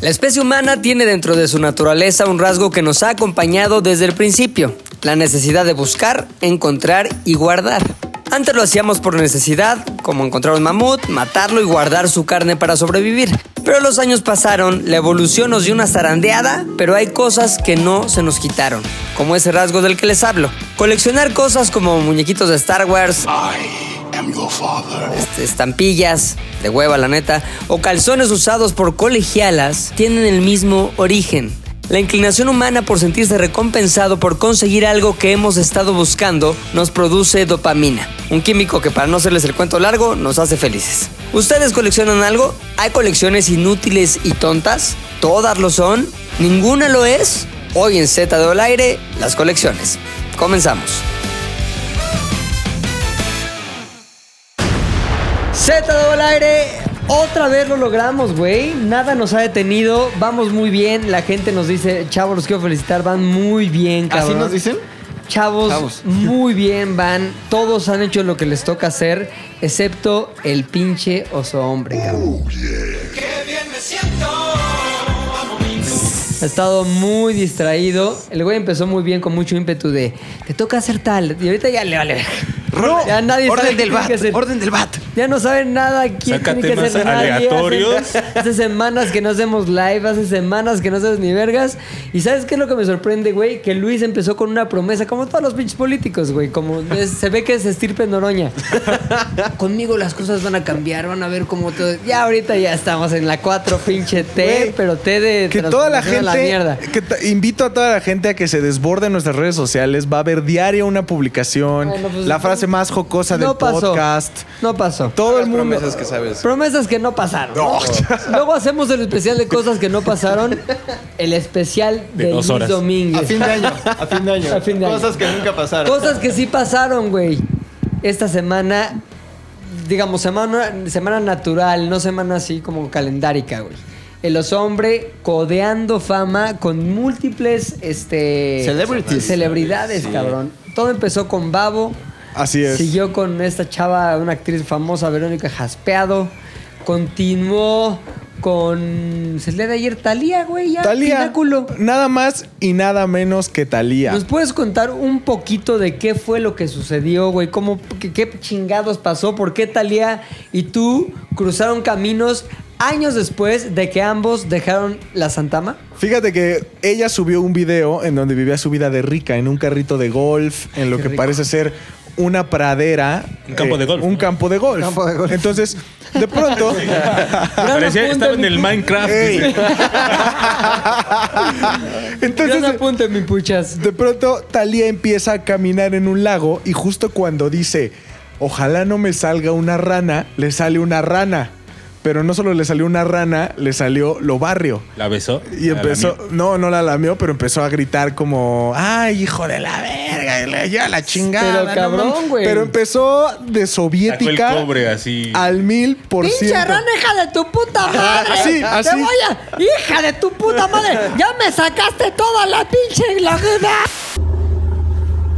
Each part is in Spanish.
La especie humana tiene dentro de su naturaleza un rasgo que nos ha acompañado desde el principio, la necesidad de buscar, encontrar y guardar. Antes lo hacíamos por necesidad, como encontrar un mamut, matarlo y guardar su carne para sobrevivir. Pero los años pasaron, la evolución nos dio una zarandeada, pero hay cosas que no se nos quitaron, como ese rasgo del que les hablo. Coleccionar cosas como muñequitos de Star Wars, I am your father. este, estampillas, de hueva la neta, o calzones usados por colegialas tienen el mismo origen. La inclinación humana por sentirse recompensado por conseguir algo que hemos estado buscando nos produce dopamina, un químico que para no hacerles el cuento largo nos hace felices. ¿Ustedes coleccionan algo? ¿Hay colecciones inútiles y tontas? ¿Todas lo son? ¿Ninguna lo es? Hoy en Z de Al Aire, las colecciones. Comenzamos. Z al aire. Otra vez lo logramos, güey. Nada nos ha detenido. Vamos muy bien. La gente nos dice, chavos, los quiero felicitar. Van muy bien, cabrón. ¿Así nos dicen? Chavos, Chavos. muy bien van. Todos han hecho lo que les toca hacer, excepto el pinche oso hombre, cabrón. Ha estado muy distraído. El güey empezó muy bien con mucho ímpetu de te toca hacer tal. Y ahorita ya le vale. verga. No, ya nadie sabe orden qué del tiene bat, que hacer. orden del bat. Ya no saben nada quién Saca tiene que temas ser de nadie. Hace- aleatorios. Hace, semanas que no hacemos live, hace semanas que no hacemos ni vergas. ¿Y sabes qué es lo que me sorprende, güey? Que Luis empezó con una promesa, como todos los pinches políticos, güey. Como es- se ve que es estirpe Noroña. Conmigo las cosas van a cambiar, van a ver cómo todo. Ya ahorita ya estamos en la 4 pinche T, Güey, pero T de Que toda la transformación a gente, mierda. que ta- invito a toda la gente a que se desborde en nuestras redes sociales. Va a haber diario una publicación, Bueno, pues, la frase más jocosa del No pasó. podcast. No pasó. Todo el mundo. Promesas que sabes. Promesas que no pasaron. ¿no? Luego hacemos el especial de cosas que no pasaron. El especial de, De dos Luis horas. Domínguez. A fin de año, a fin de año. A fin de año. Cosas que nunca pasaron. Cosas que sí pasaron, güey. Esta semana, digamos, semana, semana natural, no semana así como calendárica, güey. El oso hombre codeando fama con múltiples este, Celebrities. celebridades, cabrón. Todo empezó con Babo. Así es. Siguió con esta chava, una actriz famosa, Verónica Jaspeado. Continuó con. Se le de ayer Talía, güey, ya. Talía, Pináculo. nada más y nada menos que Talía. ¿Nos puedes contar un poquito de qué fue lo que sucedió, güey? ¿Cómo, qué, qué chingados pasó? ¿Por qué Talía y tú cruzaron caminos años después de que ambos dejaron la Santama? Fíjate que ella subió un video en donde vivía su vida de rica en un carrito de golf, en lo Qué que rico. parece ser una pradera. eh, Un campo de golf, Un ¿no? campo de golf. Campo de golf. Entonces, de pronto, Parecía que apunte, estaba en mi el pu- Minecraft. dice. entonces Gran apunte, mi puchas. De pronto, Talía empieza a caminar en un lago y justo cuando dice, ojalá no me salga una rana, le sale una rana. Pero no solo le salió una rana, le salió lo barrio. La besó. Y la empezó, lamió. no, no la lamió, pero empezó a gritar como, ay, hijo de la verga, le- ya la chingada. Pero no cabrón, mames". güey. Pero empezó de Sacó el soviética cobre así. al mil por ciento. ¡Pinche rana, hija de tu puta madre! así, ¡Te así. voy a... ¡Hija de tu puta madre! ¡Ya me sacaste toda la pinche la vida!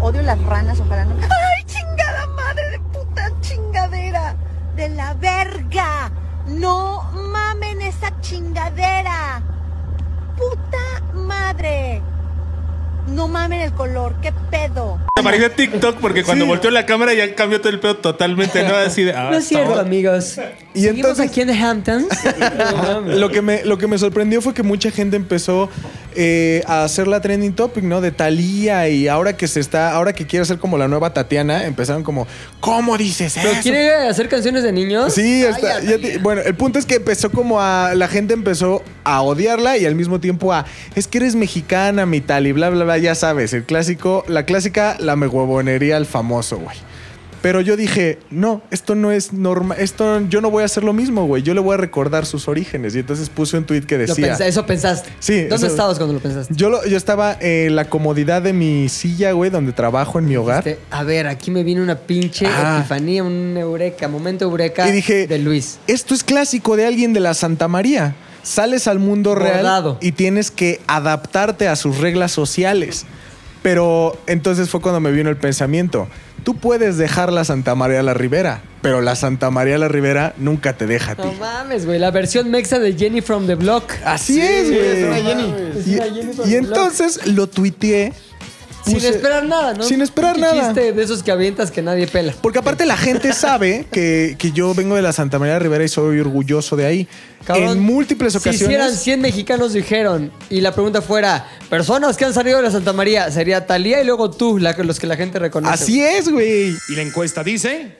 Odio las ranas, ojalá no. ¡Ay, chingada madre de puta chingadera! ¡De la verga! ¡No mamen esa chingadera! ¡Puta madre! No mamen el color, qué pedo. Apareció TikTok porque cuando volteó la cámara ya cambió todo el pedo totalmente. No así de. ah, No es cierto, estaba- amigos. Y ¿Seguimos entonces- aquí en The Hamptons? lo, que me, lo que me sorprendió fue que mucha gente empezó eh, a hacer la trending topic, ¿no? De Thalía y ahora que se está, ahora que quiere ser como la nueva Tatiana, empezaron como, ¿cómo dices ¿Pero eso? quiere hacer canciones de niños? Sí, está- ya te- bueno, el punto es que empezó como a, la gente empezó a odiarla y al mismo tiempo a, es que eres mexicana, mi tal, y bla, bla, bla, ya sabes, el clásico, la clásica, la me huevonería al famoso, güey. Pero yo dije, no, esto no es normal, esto, yo no voy a hacer lo mismo, güey, yo le voy a recordar sus orígenes. Y entonces puse un tweet que Lo decía... pensa- eso pensaste. Sí, ¿Dónde eso- estabas cuando lo pensaste? Yo, lo- yo estaba en la comodidad de mi silla, güey, donde trabajo en mi hogar. Este, a ver, aquí me viene una pinche Ah. epifanía, un eureka, momento eureka Y dije, de Luis. Esto es clásico de alguien de la Santa María. Sales al mundo real Bordado. y tienes que adaptarte a sus reglas sociales. Pero entonces fue cuando me vino el pensamiento. Tú puedes dejar la Santa María la Rivera, pero la Santa María la Rivera nunca te deja a ti. No mames, güey. La versión mexa de Jenny from the Block. Así Sí, es, Ah, güey. es una Jenny. Es Y, una Jenny from y the Block. entonces lo tuiteé. Sin puse- esperar nada, ¿no? Sin esperar Un nada. chiste de esos que avientas que nadie pela. Porque aparte la gente sabe que, que yo vengo de la Santa María de Rivera y soy orgulloso de ahí. Cabrón, en múltiples Si hicieran ocasiones. 100 mexicanos, dijeron, y la pregunta fuera, personas que han salido de la Santa María, sería Talía y luego tú, la que- los que la gente reconoce. Así es, güey. Y la encuesta dice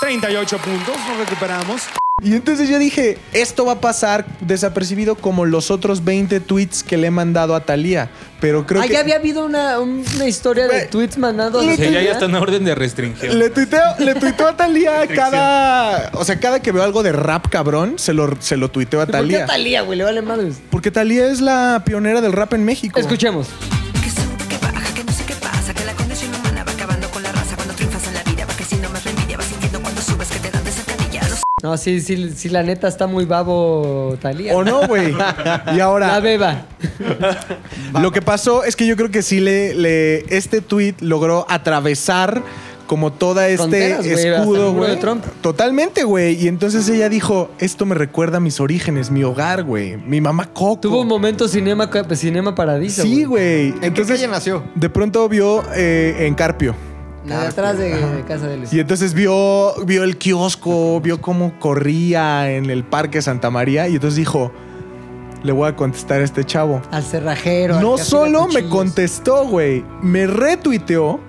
38 puntos, nos recuperamos. Y entonces yo dije, esto va a pasar desapercibido como los otros 20 tweets que le he mandado a Talía. Pero creo Ah, que... ya había habido una, un- una historia de Güey. tweets mandados. Sí, a O sea, ya, ya Talía. está en orden de restricción. Le tuiteo, le tuiteo a Talía cada... O sea, cada que veo algo de rap cabrón, se lo, se lo tuiteo a ¿Y ¿Por qué Talía. a Talía, güey? Le vale madres. Porque Talía es la pionera del rap en México. Escuchemos. Que sube, que baja, que no sé qué pasa Que la condición humana va acabando con la raza Cuando triunfas en la vida, va creciendo más la envidia Vas sintiendo cuando subes que te dan de zancadilla No No, sí, sí, sí, la neta está muy babo Talía. ¿O no, güey? Y ahora... La beba. Lo que pasó es que yo creo que sí le, le- este tweet logró atravesar como toda este Fronteras, güey, hasta el escudo, muro güey. de Trump. Totalmente, güey. Y entonces ella dijo, esto me recuerda a mis orígenes, mi hogar, güey. Mi mamá Coco. Tuvo un momento cinema, ca- pues, cinema paradiso. Sí, güey. ¿En qué calle nació? de pronto vio eh, en Carpio. De atrás de, Ah, de casa de Luis. Y entonces vio, vio el kiosco, vio cómo corría en el Parque Santa María. Y entonces dijo, le voy a contestar a este chavo. Al cerrajero. al No que afila solo me cuchillos. contestó, güey. Me retuiteó.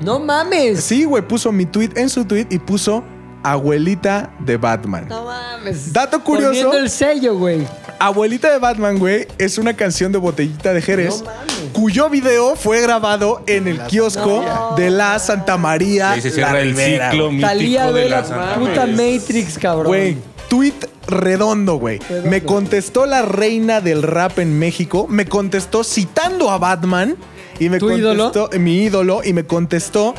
No mames. Sí, güey, puso mi tweet en su tweet y puso abuelita de Batman. No mames. Dato curioso. Poniendo el sello, güey. Abuelita de Batman, güey, es una canción de Botellita de Jerez, No mames. cuyo video fue grabado en el kiosco María. de la Santa María. Ahí se la cierra el Ribera, ciclo güey. mítico Talía de de la la Santa puta María. Matrix, cabrón. Güey, tweet redondo, güey. Redondo. Me contestó la reina del rap en México, me contestó citando a Batman y me ¿Tu ídolo? contestó eh, mi ídolo y me contestó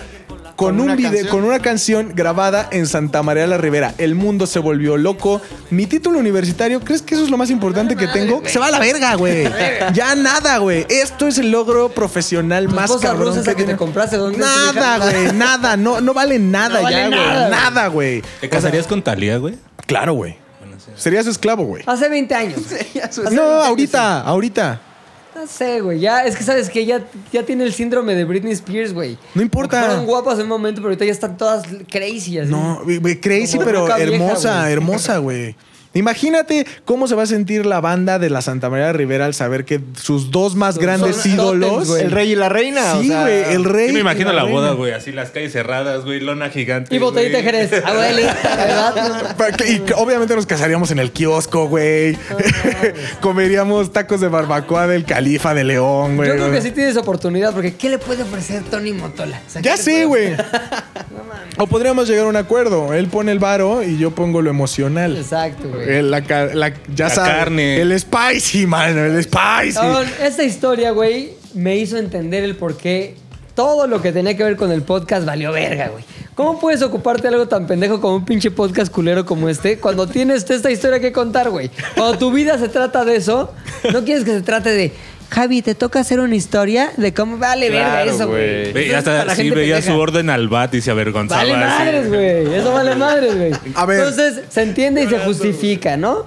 con, Con un una video, canción. con una canción grabada en Santa María la Rivera. El mundo se volvió loco. Mi título universitario, ¿crees que eso es lo más importante que tengo? Se va a la verga, güey. ya nada, güey. Esto es el logro profesional más esposa cabrón rusa esa que te tiene. compraste, ¿dónde es tu hija? Nada, güey, nada, no no vale nada No ya, vale güey. nada, güey. Nada, güey. ¿Te casarías con Talía, güey? Claro, güey. Serías esclavo, güey. Hace 20 años. Ah, No, ahorita, ahorita. No sé, güey. Ya, es que sabes que ya, ya tiene el síndrome de Britney Spears, güey. No importa. Fueron guapas en un momento, pero ahorita ya están todas crazy. Así. No, güey, güey, crazy, Como pero loca vieja, hermosa, güey. hermosa, güey. Imagínate cómo se va a sentir la banda de la Santa María de Rivera al saber que sus dos más Son- grandes son ídolos. tótems, güey. El rey y la reina. o sí, sea, güey, el rey. Yo me imagino y la boda, reina. güey. Así las calles cerradas, güey. Lona gigante. Y botellita de güey. Jerez. Abuelita, ¿verdad? Para que- Y que obviamente nos casaríamos en el kiosco, güey. Comeríamos tacos de barbacoa del califa de León, güey. Yo creo que sí tienes oportunidad, porque ¿qué le puede ofrecer Tony Motola? O sea, Ya ¿qué le sé, puede- güey. o podríamos llegar a un acuerdo. Él pone el varo y yo pongo lo emocional. Exacto, güey. El- Eh, la, ca- la- ya La sabes, carne. El spicy, mano. El spicy. Cabrón, esta historia, güey, me hizo entender el por qué todo lo que tenía que ver con el podcast valió verga, güey. ¿Cómo puedes ocuparte de algo tan pendejo como un pinche podcast culero como este cuando tienes esta historia que contar, güey? Cuando tu vida se trata de eso, no quieres que se trate de... Javi, te toca hacer una historia de cómo vale verga eso, güey. Ve, Eso es para la hasta, sí, gente veía pendeja. su orden al bat y se avergonzaba. Vale así. madres, güey. Eso vale madres, güey. A ver. Entonces, se entiende y se justifica, ¿no?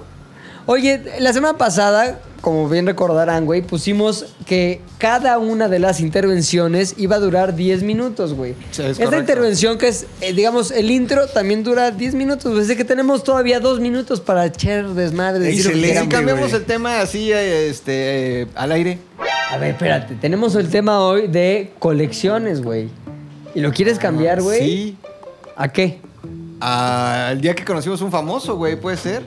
Oye, la semana pasada, como bien recordarán, güey, pusimos que cada una de las intervenciones iba a durar 10 minutos, güey. Sí, es Esta correcto. intervención que es, eh, digamos, el intro también dura 10 minutos. güey. Así que tenemos todavía dos minutos para echar desmadre. decir lo que Excelente. Y si queramos. cambiamos güey. el tema así eh, este, eh, al aire. A ver, espérate. Tenemos el tema hoy de colecciones, güey. ¿Y lo quieres cambiar, güey? Ah, Sí. ¿A qué? Ah, el día que conocimos un famoso, güey, puede ser.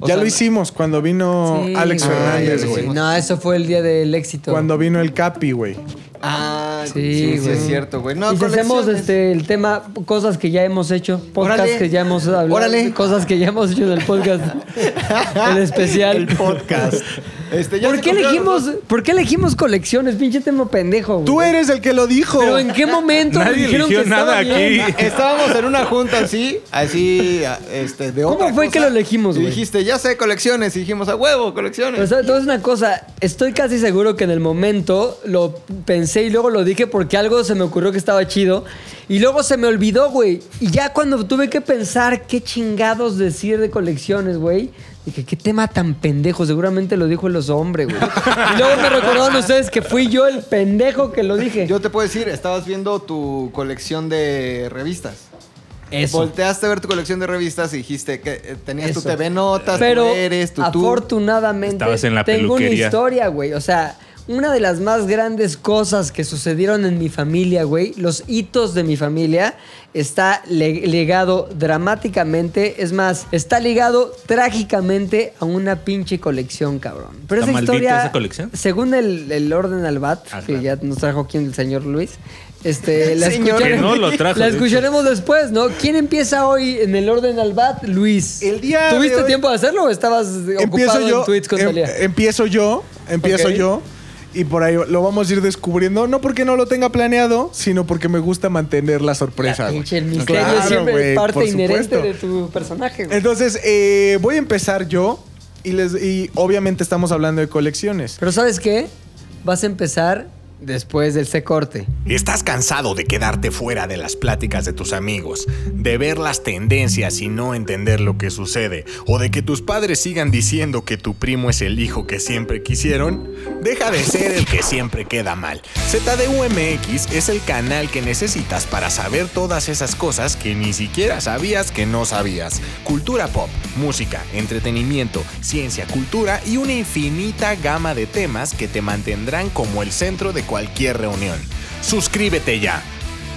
O ya sea, lo hicimos cuando vino Sí, Alex güey. Ah, Fernández, ya lo güey. hicimos. No, eso fue el día del éxito. Cuando vino el Capi, güey. Ah, Sí, sí, sí, güey. es cierto, güey. No, y si hacemos colecciones. este, el tema, cosas que ya hemos hecho, podcast Órale. que ya hemos hablado, Órale. cosas que ya hemos hecho del podcast, el especial. El podcast. Este, ya ¿Por se qué, compraron elegimos, los dos. ¿Por qué elegimos colecciones? Pinche tema pendejo. güey. Tú eres el que lo dijo. ¿Pero en qué momento me Nadie dijeron eligió que estaba nada aquí. bien? Estábamos en una junta así, así, a- este, de ¿Cómo otra fue cosa, que lo elegimos, y güey? dijiste, ya sé, colecciones. Y dijimos, a huevo, colecciones. Pero, ¿sabes? Te voy a decir una cosa, estoy casi seguro que en el momento lo pensé y luego lo dije porque algo se me ocurrió que estaba chido. Y luego se me olvidó, güey. Y ya cuando tuve que pensar qué chingados decir de colecciones, güey. Dije, qué tema tan pendejo. Seguramente lo dijo el oso hombre, güey. Y luego me recordaron ustedes que fui yo el pendejo que lo dije. Yo te puedo decir, estabas viendo tu colección de revistas. Eso. Volteaste a ver tu colección de revistas y dijiste que eh, tenías tu Eso. TV Notas, Pero tu eres, tu tú. afortunadamente Estabas en la tengo una peluquería. historia, güey. O sea, una de las más grandes cosas que sucedieron en mi familia, güey, los hitos de mi familia, está le- ligado dramáticamente, es más, está ligado trágicamente a una pinche colección, cabrón. Pero ¿Está esa maldita historia, esa colección? Ah, según el, el orden al bat, Al que bat. ya nos trajo aquí el señor Luis, este, la, Señor. escuchare- Que no lo trajo, la de hecho. escucharemos después, ¿no? ¿Quién empieza hoy en el orden al bat? Luis. El día de ¿Tuviste hoy- tiempo de hacerlo o estabas empiezo ocupado yo, en tweets con em- Talía? empiezo yo, empiezo Ok. yo. Y por ahí lo vamos a ir descubriendo, no porque no lo tenga planeado, sino porque me gusta mantener la sorpresa. La güey. pinche, el misterio Claro, siempre güey, es parte por inherente supuesto. de tu personaje, güey. Entonces, eh, voy a empezar yo. Y, les, y obviamente estamos hablando de colecciones. Pero ¿sabes qué? Vas a empezar después del C corte. ¿Estás cansado de quedarte fuera de las pláticas de tus amigos, de ver las tendencias y no entender lo que sucede, o de que tus padres sigan diciendo que tu primo es el hijo que siempre quisieron? Deja de ser el que siempre queda mal. ZDUMX es el canal que necesitas para saber todas esas cosas que ni siquiera sabías que no sabías. Cultura pop, música, entretenimiento, ciencia, cultura y una infinita gama de temas que te mantendrán como el centro de cualquier reunión. Suscríbete ya.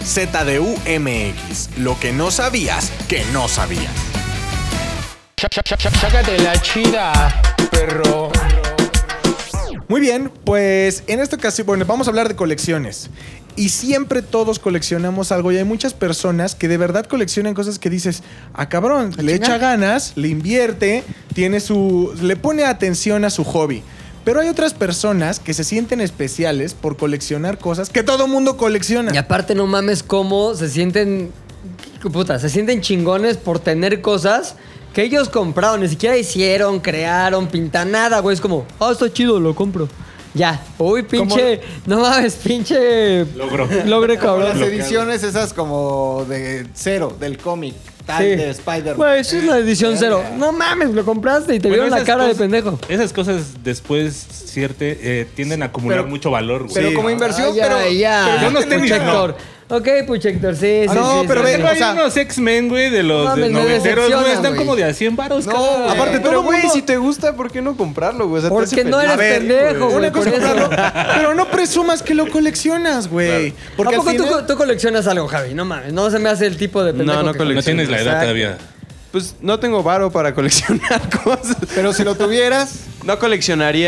ZDUMX, lo que no sabías que no sabías. Muy bien, pues en esta ocasión, bueno, vamos a hablar de colecciones. Y siempre todos coleccionamos algo y hay muchas personas que de verdad coleccionan cosas que dices, ah cabrón, le echa ganas, le invierte, tiene su le pone atención a su hobby. Pero hay otras personas que se sienten especiales por coleccionar cosas que todo mundo colecciona. Y aparte, no mames cómo se sienten. Puta, se sienten chingones por tener cosas que ellos compraron, ni siquiera hicieron, crearon, pintan nada, güey. Es como, ah, está chido, lo compro. Ya. Uy, pinche. No mames, pinche. Logro. Logre cabrón. Las ediciones esas como de cero, del cómic, tal Sí. de Spider-Man. Eh, Güey, eso es la edición cero. No mames, lo compraste y te Bueno, pues vieron la esas cara cosas- de pendejo. Esas cosas después cierte, eh, tienden a acumular Pero- mucho valor, güey. Pero como inversión, Ah, ya, pero, ya. pero yo no tengo ni- Puchector. Ok, Puchector, sí, sí. no, sí, pero sí, ve, sí. Pero hay o sea- unos X-Men, güey, de los Mames, de me noventeros, güey. decepciona, Están güey. como de a 100 baros, No, cada- güey. Aparte, todo Pero, güey, mundo- si te gusta, ¿por qué no comprarlo, güey? O sea, te hace Porque no feliz. eres A ver, pendejo, güey. una cosa, por eso. claro, pero no presumas que lo coleccionas, güey. Porque ¿A al poco tú final- co- tú, coleccionas algo, Javi? No mames, no se me hace el tipo de pendejo. No, no que- colecciono. No tienes la edad Exacto. todavía. Pues no tengo varo para coleccionar cosas. pero si lo tuvieras, No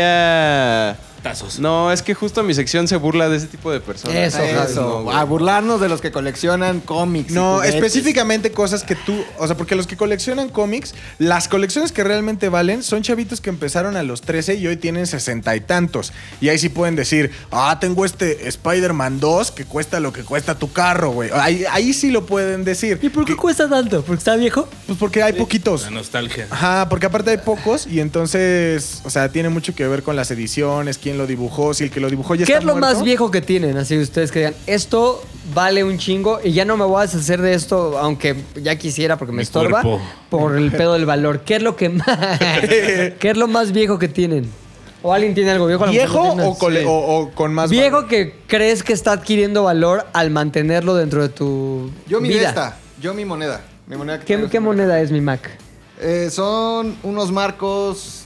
coleccionaría. Tazos. No, es que justo mi sección se burla de ese tipo de personas. Eso, Javi. eso, a burlarnos de los que coleccionan cómics. y No, juguetes. específicamente cosas que tú, o sea, porque los que coleccionan cómics, las colecciones que realmente valen son chavitos que empezaron a los 13 y hoy tienen sesenta y tantos. Y ahí sí pueden decir, ah, tengo este Spider-Man 2 que cuesta lo que cuesta tu carro, güey. Ahí, ahí sí lo pueden decir. ¿Y por qué cuesta tanto? ¿Porque está viejo? Pues porque hay poquitos. La nostalgia. Ajá, porque aparte hay pocos y entonces, o sea, tiene mucho que ver con las ediciones, quién lo dibujó, si el que lo dibujó ya ¿Qué está es lo más muerto. viejo que tienen? Así ustedes que digan, esto vale un chingo y ya no me voy a deshacer de esto, aunque ya quisiera porque me Mi estorba, cuerpo. por el pedo del valor. ¿Qué es lo que más, ¿Qué es lo más viejo que tienen? ¿O alguien tiene algo viejo? A lo mejor ¿Viejo no tiene. o, cole- o- o con más Viejo valor? que crees que está adquiriendo valor al mantenerlo dentro de tu Yo mi de vida. esta, yo mi moneda. Mi moneda que ¿Qué, traigo. qué moneda es mi Mac? Eh, son unos marcos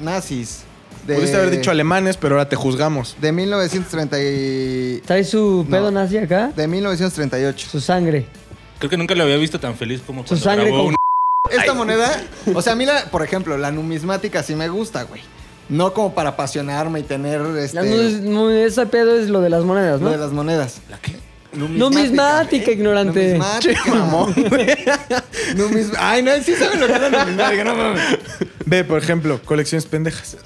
nazis. De, Pudiste haber dicho alemanes, pero ahora te juzgamos. De 1930 y- ¿Trae su No. pedo nazi acá? de 1938. Su sangre. Creo que nunca lo había visto tan feliz como Su cuando sangre grabó con... un- Esta moneda, o sea, a mí, la, por ejemplo, la numismática sí me gusta, güey. No como para apasionarme y tener este, La nuz- nu- ese pedo es lo de las monedas, lo ¿no? de las ¿eh? monedas. ¿La qué? Numismática, eh. ignorante. Numismática, mamón. Numis- Ay, no, sí saben lo que es la numismática, no mames. Ve, por ejemplo, colecciones pendejas.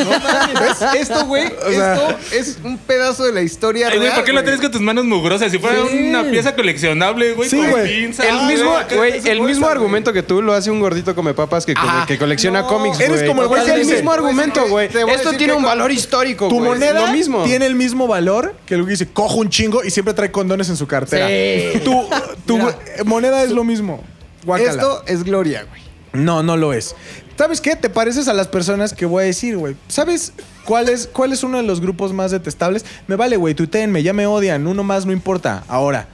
¿Ves? Esto, güey, esto es un pedazo de la historia Ay, güey, real. ¿por qué lo tienes con tus manos mugrosas? Si fuera Sí. una pieza coleccionable, güey, Sí, con güey. pinzas, El güey, mismo, acá güey, está su el bolsa, mismo güey. argumento que tú lo hace un gordito come papas que, cole- Ajá. que colecciona cómics, güey. Eres como el güey que Totalmente. dice- el mismo argumento, güey. Te voy a Esto decir tiene que un co- valor histórico, Tu güey. moneda Lo mismo. tiene el mismo valor que el güey que dice, cojo un chingo y siempre trae condones en su cartera. Sí. Tu, tu eh, moneda es lo mismo. Guácala. Esto es gloria, güey. No, no lo es. ¿Sabes qué? Te pareces a las personas que voy a decir, güey. ¿Sabes cuál es, cuál es uno de los grupos más detestables? Me vale, güey, tutéenme, ya me odian, uno más no importa. Ahora,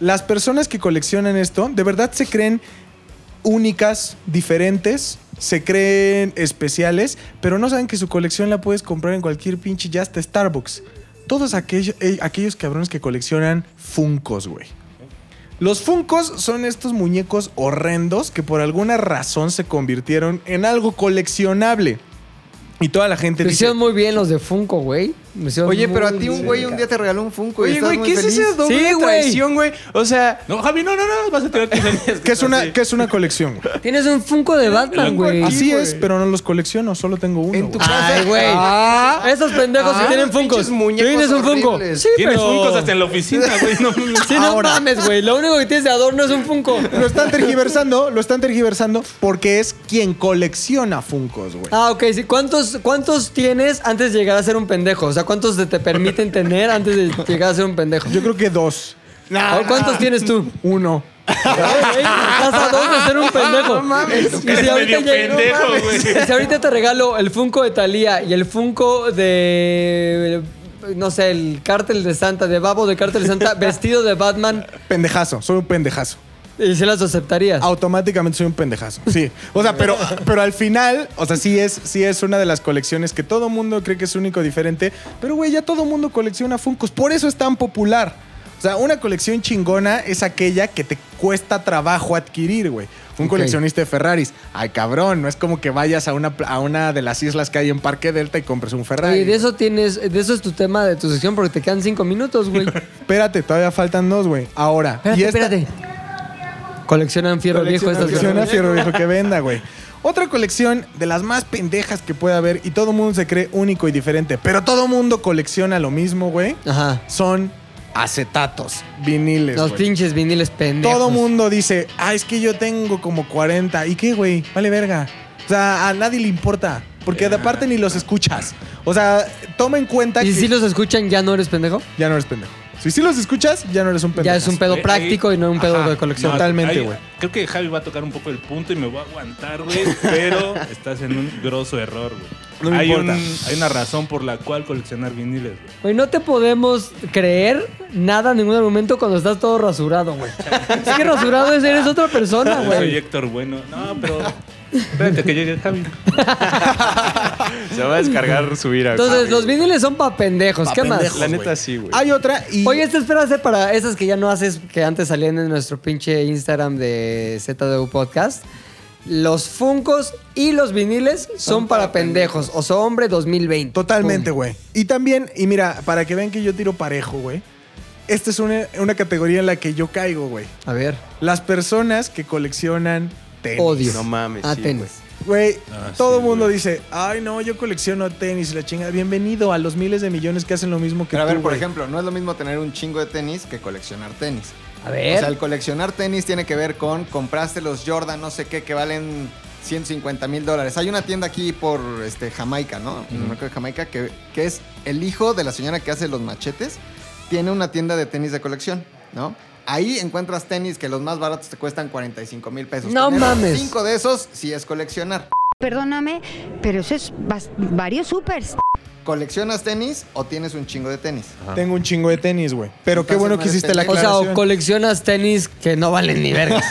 las personas que coleccionan esto, ¿de verdad se creen únicas, diferentes? Se creen especiales, pero no saben que su colección la puedes comprar en cualquier pinche ya hasta Starbucks. Todos aquellos, eh, aquellos cabrones que coleccionan Funcos, güey. Los Funcos son estos muñecos horrendos que por alguna razón se convirtieron en algo coleccionable. Y toda la gente Lo dice, hicieron muy bien los de Funko, güey. Lo hicieron Oye, pero a muy ti un bien. güey un día te regaló un Funko y Oye, estás güey, muy ¿qué es feliz. esa doble Sí, güey. traición, güey? O sea, No, Javi, no, no, no, vas a tirar tus años. ¿qué es una, qué es una colección? güey?" Tienes un Funko de Batman, güey. Así es, pero no los colecciono, solo tengo uno. En tu güey. casa. Ay, güey. Esos pendejos que Ah, tienen Funkos. pinches muñecos Tienes un Funko. horribles. Sí, Tienes pero- funcos hasta en la oficina, güey. No, no, no. Sí, no mames, güey. Lo único que tienes de adorno es un Funko. Lo están tergiversando, lo están tergiversando porque es quien colecciona Funcos, güey. Ah, ok, sí. ¿Cuántos, ¿Cuántos tienes antes de llegar a ser un pendejo? O sea, ¿cuántos te, te permiten tener antes de llegar a ser un pendejo? Yo creo que dos. ¿O ¿Cuántos tienes tú? Uno. Ay, güey, Estás a dos de ser un pendejo. Y si Eres medio ahorita llega- no pendejo, mames. güey. Y Si ahorita te regalo el Funko de Thalía y el Funko de. No sé, el Cártel de Santa, de Babo de Cártel de Santa, vestido de Batman, Pendejazo, soy un pendejazo. ¿y si las aceptarías? Automáticamente soy un pendejazo. Sí. O sea, pero, pero al final, o sea, sí es, sí es una de las colecciones que todo mundo cree que es único diferente. Pero, güey, ya todo mundo colecciona Funkos. Por eso es tan popular. O sea, una colección chingona es aquella que te cuesta trabajo adquirir, güey. Un Ok. coleccionista de Ferraris. Ay, cabrón, no es como que vayas a una, pla- a una de las islas que hay en Parque Delta y compres un Ferrari. Oye, de eso tienes, de eso es tu tema de tu sección porque te quedan cinco minutos, güey. Espérate, todavía faltan dos, güey. Ahora. Espérate, y esta- espérate. Coleccionan fierro viejo estas Colecciona personas. fierro viejo que venda, güey. Otra colección de las más pendejas que puede haber y todo mundo se cree único y diferente, pero todo mundo colecciona lo mismo, güey. Ajá. Son acetatos, viniles. Los güey. pinches viniles pendejos. Todo mundo dice, ah, es que yo tengo como 40. ¿Y qué, güey? Vale verga. O sea, a nadie le importa. Porque de aparte ni los escuchas. O sea, toma en cuenta Y que si los escuchan, ya no eres pendejo. ya no eres pendejo. Si sí los escuchas, ya no eres un pendejo. Ya es un pedo Ahí- práctico y no un pedo Ajá. de colección. No, Totalmente, güey. Creo que Javi va a tocar un poco el punto y me voy a aguantar, güey. Pero estás en un grosso error, güey. No me hay, importa. un- hay una razón por la cual coleccionar viniles, güey. Güey, no te podemos creer nada, ningún argumento cuando estás todo rasurado, güey. es que rasurado es, eres otra persona, Yo soy güey. Héctor Bueno. No, pero. Espérate que llegue Javi. se va a descargar su ira. güey. Entonces, los viniles son pa' pendejos. ¿Qué más? La neta sí, güey. Hay otra y... Oye, esta espérate para esas que ya no haces, que antes salían en nuestro pinche Instagram de ZDU Podcast. Los Funcos y los viniles son, para, pendejos. O sea, hombre 2020. Totalmente, Pum. güey. Y también, y mira, para que vean que yo tiro parejo, güey. Esta es una, una categoría en la que yo caigo, güey. A ver, Las personas que coleccionan tenis. odio. No mames, A sí, tenis. Güey, Ah, todo sí, mundo güey. dice, ay, no, yo colecciono tenis, la chingada. Bienvenido a los miles de millones que hacen lo mismo que Pero a tú, ver, por güey. ejemplo, no es lo mismo tener un chingo de tenis que coleccionar tenis. A O sea, ver. el coleccionar tenis tiene que ver con compraste los Jordan, no sé qué, que valen 150 mil dólares. Hay una tienda aquí por este, Jamaica, ¿no? En el mercado de Jamaica, que, que es el hijo de la señora que hace los machetes, tiene una tienda de tenis de colección, ¿no? Ahí encuentras tenis que los más baratos te cuestan 45 mil pesos. No mames. Cinco de esos sí es coleccionar. Perdóname, pero eso es bas- varios supers. ¿Coleccionas tenis o tienes un chingo de tenis? Tengo un chingo de tenis, güey. Pero qué Entonces bueno no que eres hiciste la o pendejo. sea, aclaración. o coleccionas tenis que no valen ni vergas.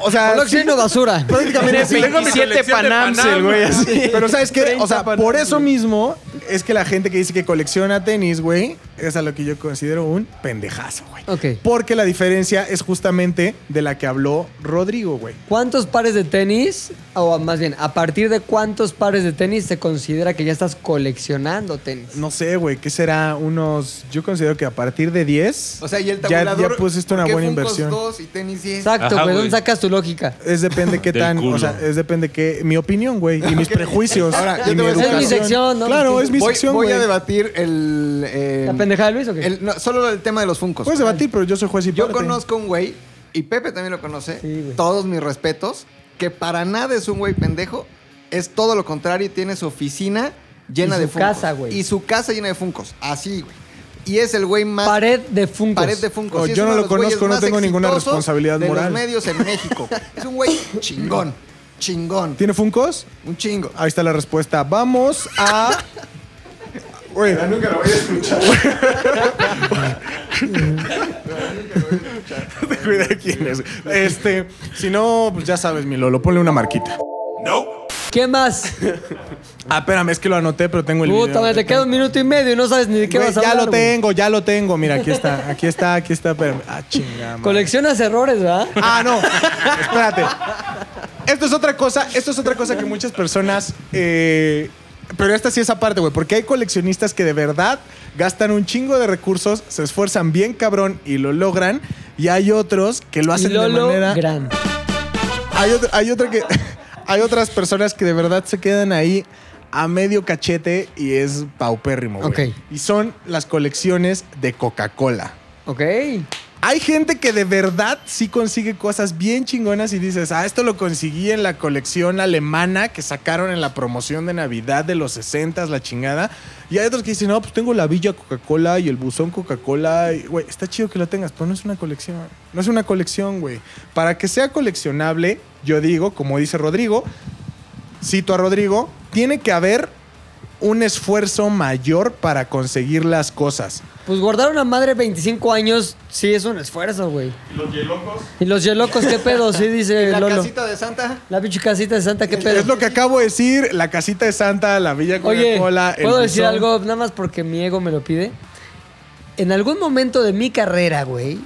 O sea, Colecciono basura. Ah, prácticamente sí. Tengo mis 27 colección de Panams, Panam. el güey, así. Pero ¿sabes qué? O sea, 30 por eso mismo es que la gente que dice que colecciona tenis, güey, es a lo que yo considero un pendejazo, güey. Ok. Porque la diferencia es justamente de la que habló Rodrigo, güey. ¿Cuántos pares de tenis, o más bien, a partir de cuántos pares de tenis se considera que ya estás coleccionando tenis? No sé, güey, ¿qué será? Unos. Yo considero que a partir de 10. O sea, y el ya, tabulador. ya pusiste una ¿por qué buena Funkos inversión. dos y tenis diez? Exacto, güey. ¿Dónde sacas tu lógica? Es depende qué Del tan. culo. O sea, es depende qué. Mi opinión, güey. Y mis prejuicios. y Ahora, yo te mi voy a decir educación. una cosa. Claro, es mi Voy- sección, Voy güey. a debatir el. eh, ¿La pendejada de Luis o qué? el- no, solo el tema de los funcos. Puedes debatir, pero yo soy juez y Yo parte. conozco un güey, y Pepe también lo conoce, todos mis respetos, que para nada es un güey pendejo, es todo lo contrario y tiene su oficina llena Y de su funcos. casa, güey. Y su casa llena de funcos, así, güey. Y es el güey más... Pared de funcos. Pared de funcos. Oh, Y es yo no uno de lo los güeyes conozco, no más tengo ninguna exitosos responsabilidad de moral. los medios en México. es un güey chingón, chingón. ¿Tiene Funcos? Un chingo. Ahí está la respuesta. Vamos a. Güey. nunca lo voy a escuchar. Te cuida quién es. Este, si no, pues ya sabes, mi Lolo, ponle una marquita. ¿Qué más? Ah, espérame, es que lo anoté, pero tengo el Puta, video. madre, te queda un minuto y medio y no sabes ni de qué Güey, vas a ya hablar. lo güey. tengo, ya lo tengo. Mira, aquí está, aquí está, aquí está. Espérame. Ah, chingada. madre. Coleccionas errores, ¿verdad? Ah, no. Espérate. Esto es otra cosa, esto es otra cosa que muchas personas. eh, pero esta sí es aparte, güey, porque hay coleccionistas que de verdad gastan un chingo de recursos, se esfuerzan bien cabrón y lo logran, y hay otros que lo hacen de Lolo manera. Gran. Hay otro- hay otra que hay otras personas que de verdad se quedan ahí a medio cachete y es paupérrimo, güey. Ok. Y son las colecciones de Coca-Cola. Ok. Hay gente que de verdad sí consigue cosas bien chingonas y dices, ah, esto lo conseguí en la colección alemana que sacaron en la promoción de Navidad de los 60, la chingada. Y hay otros que dicen, no, pues tengo la Villa Coca-Cola y el buzón Coca-Cola. Y, Güey, está chido que lo tengas, pero no es una colección. No es una colección, güey. Para que sea coleccionable, yo digo, como dice Rodrigo, cito a Rodrigo, tiene que haber un esfuerzo mayor para conseguir las cosas. Pues guardar una madre 25 años sí es un esfuerzo, güey. Los hielocos. Y los yelocos, ¿qué pedo? Sí, dice La Lolo. casita de Santa. La pinche casita de Santa, ¿qué pedo? Es lo que acabo de decir, la casita de Santa, la Villa Oye, Coca-Cola. el ¿puedo decir buzón. algo nada más porque mi ego me lo pide? En algún momento de mi carrera, güey.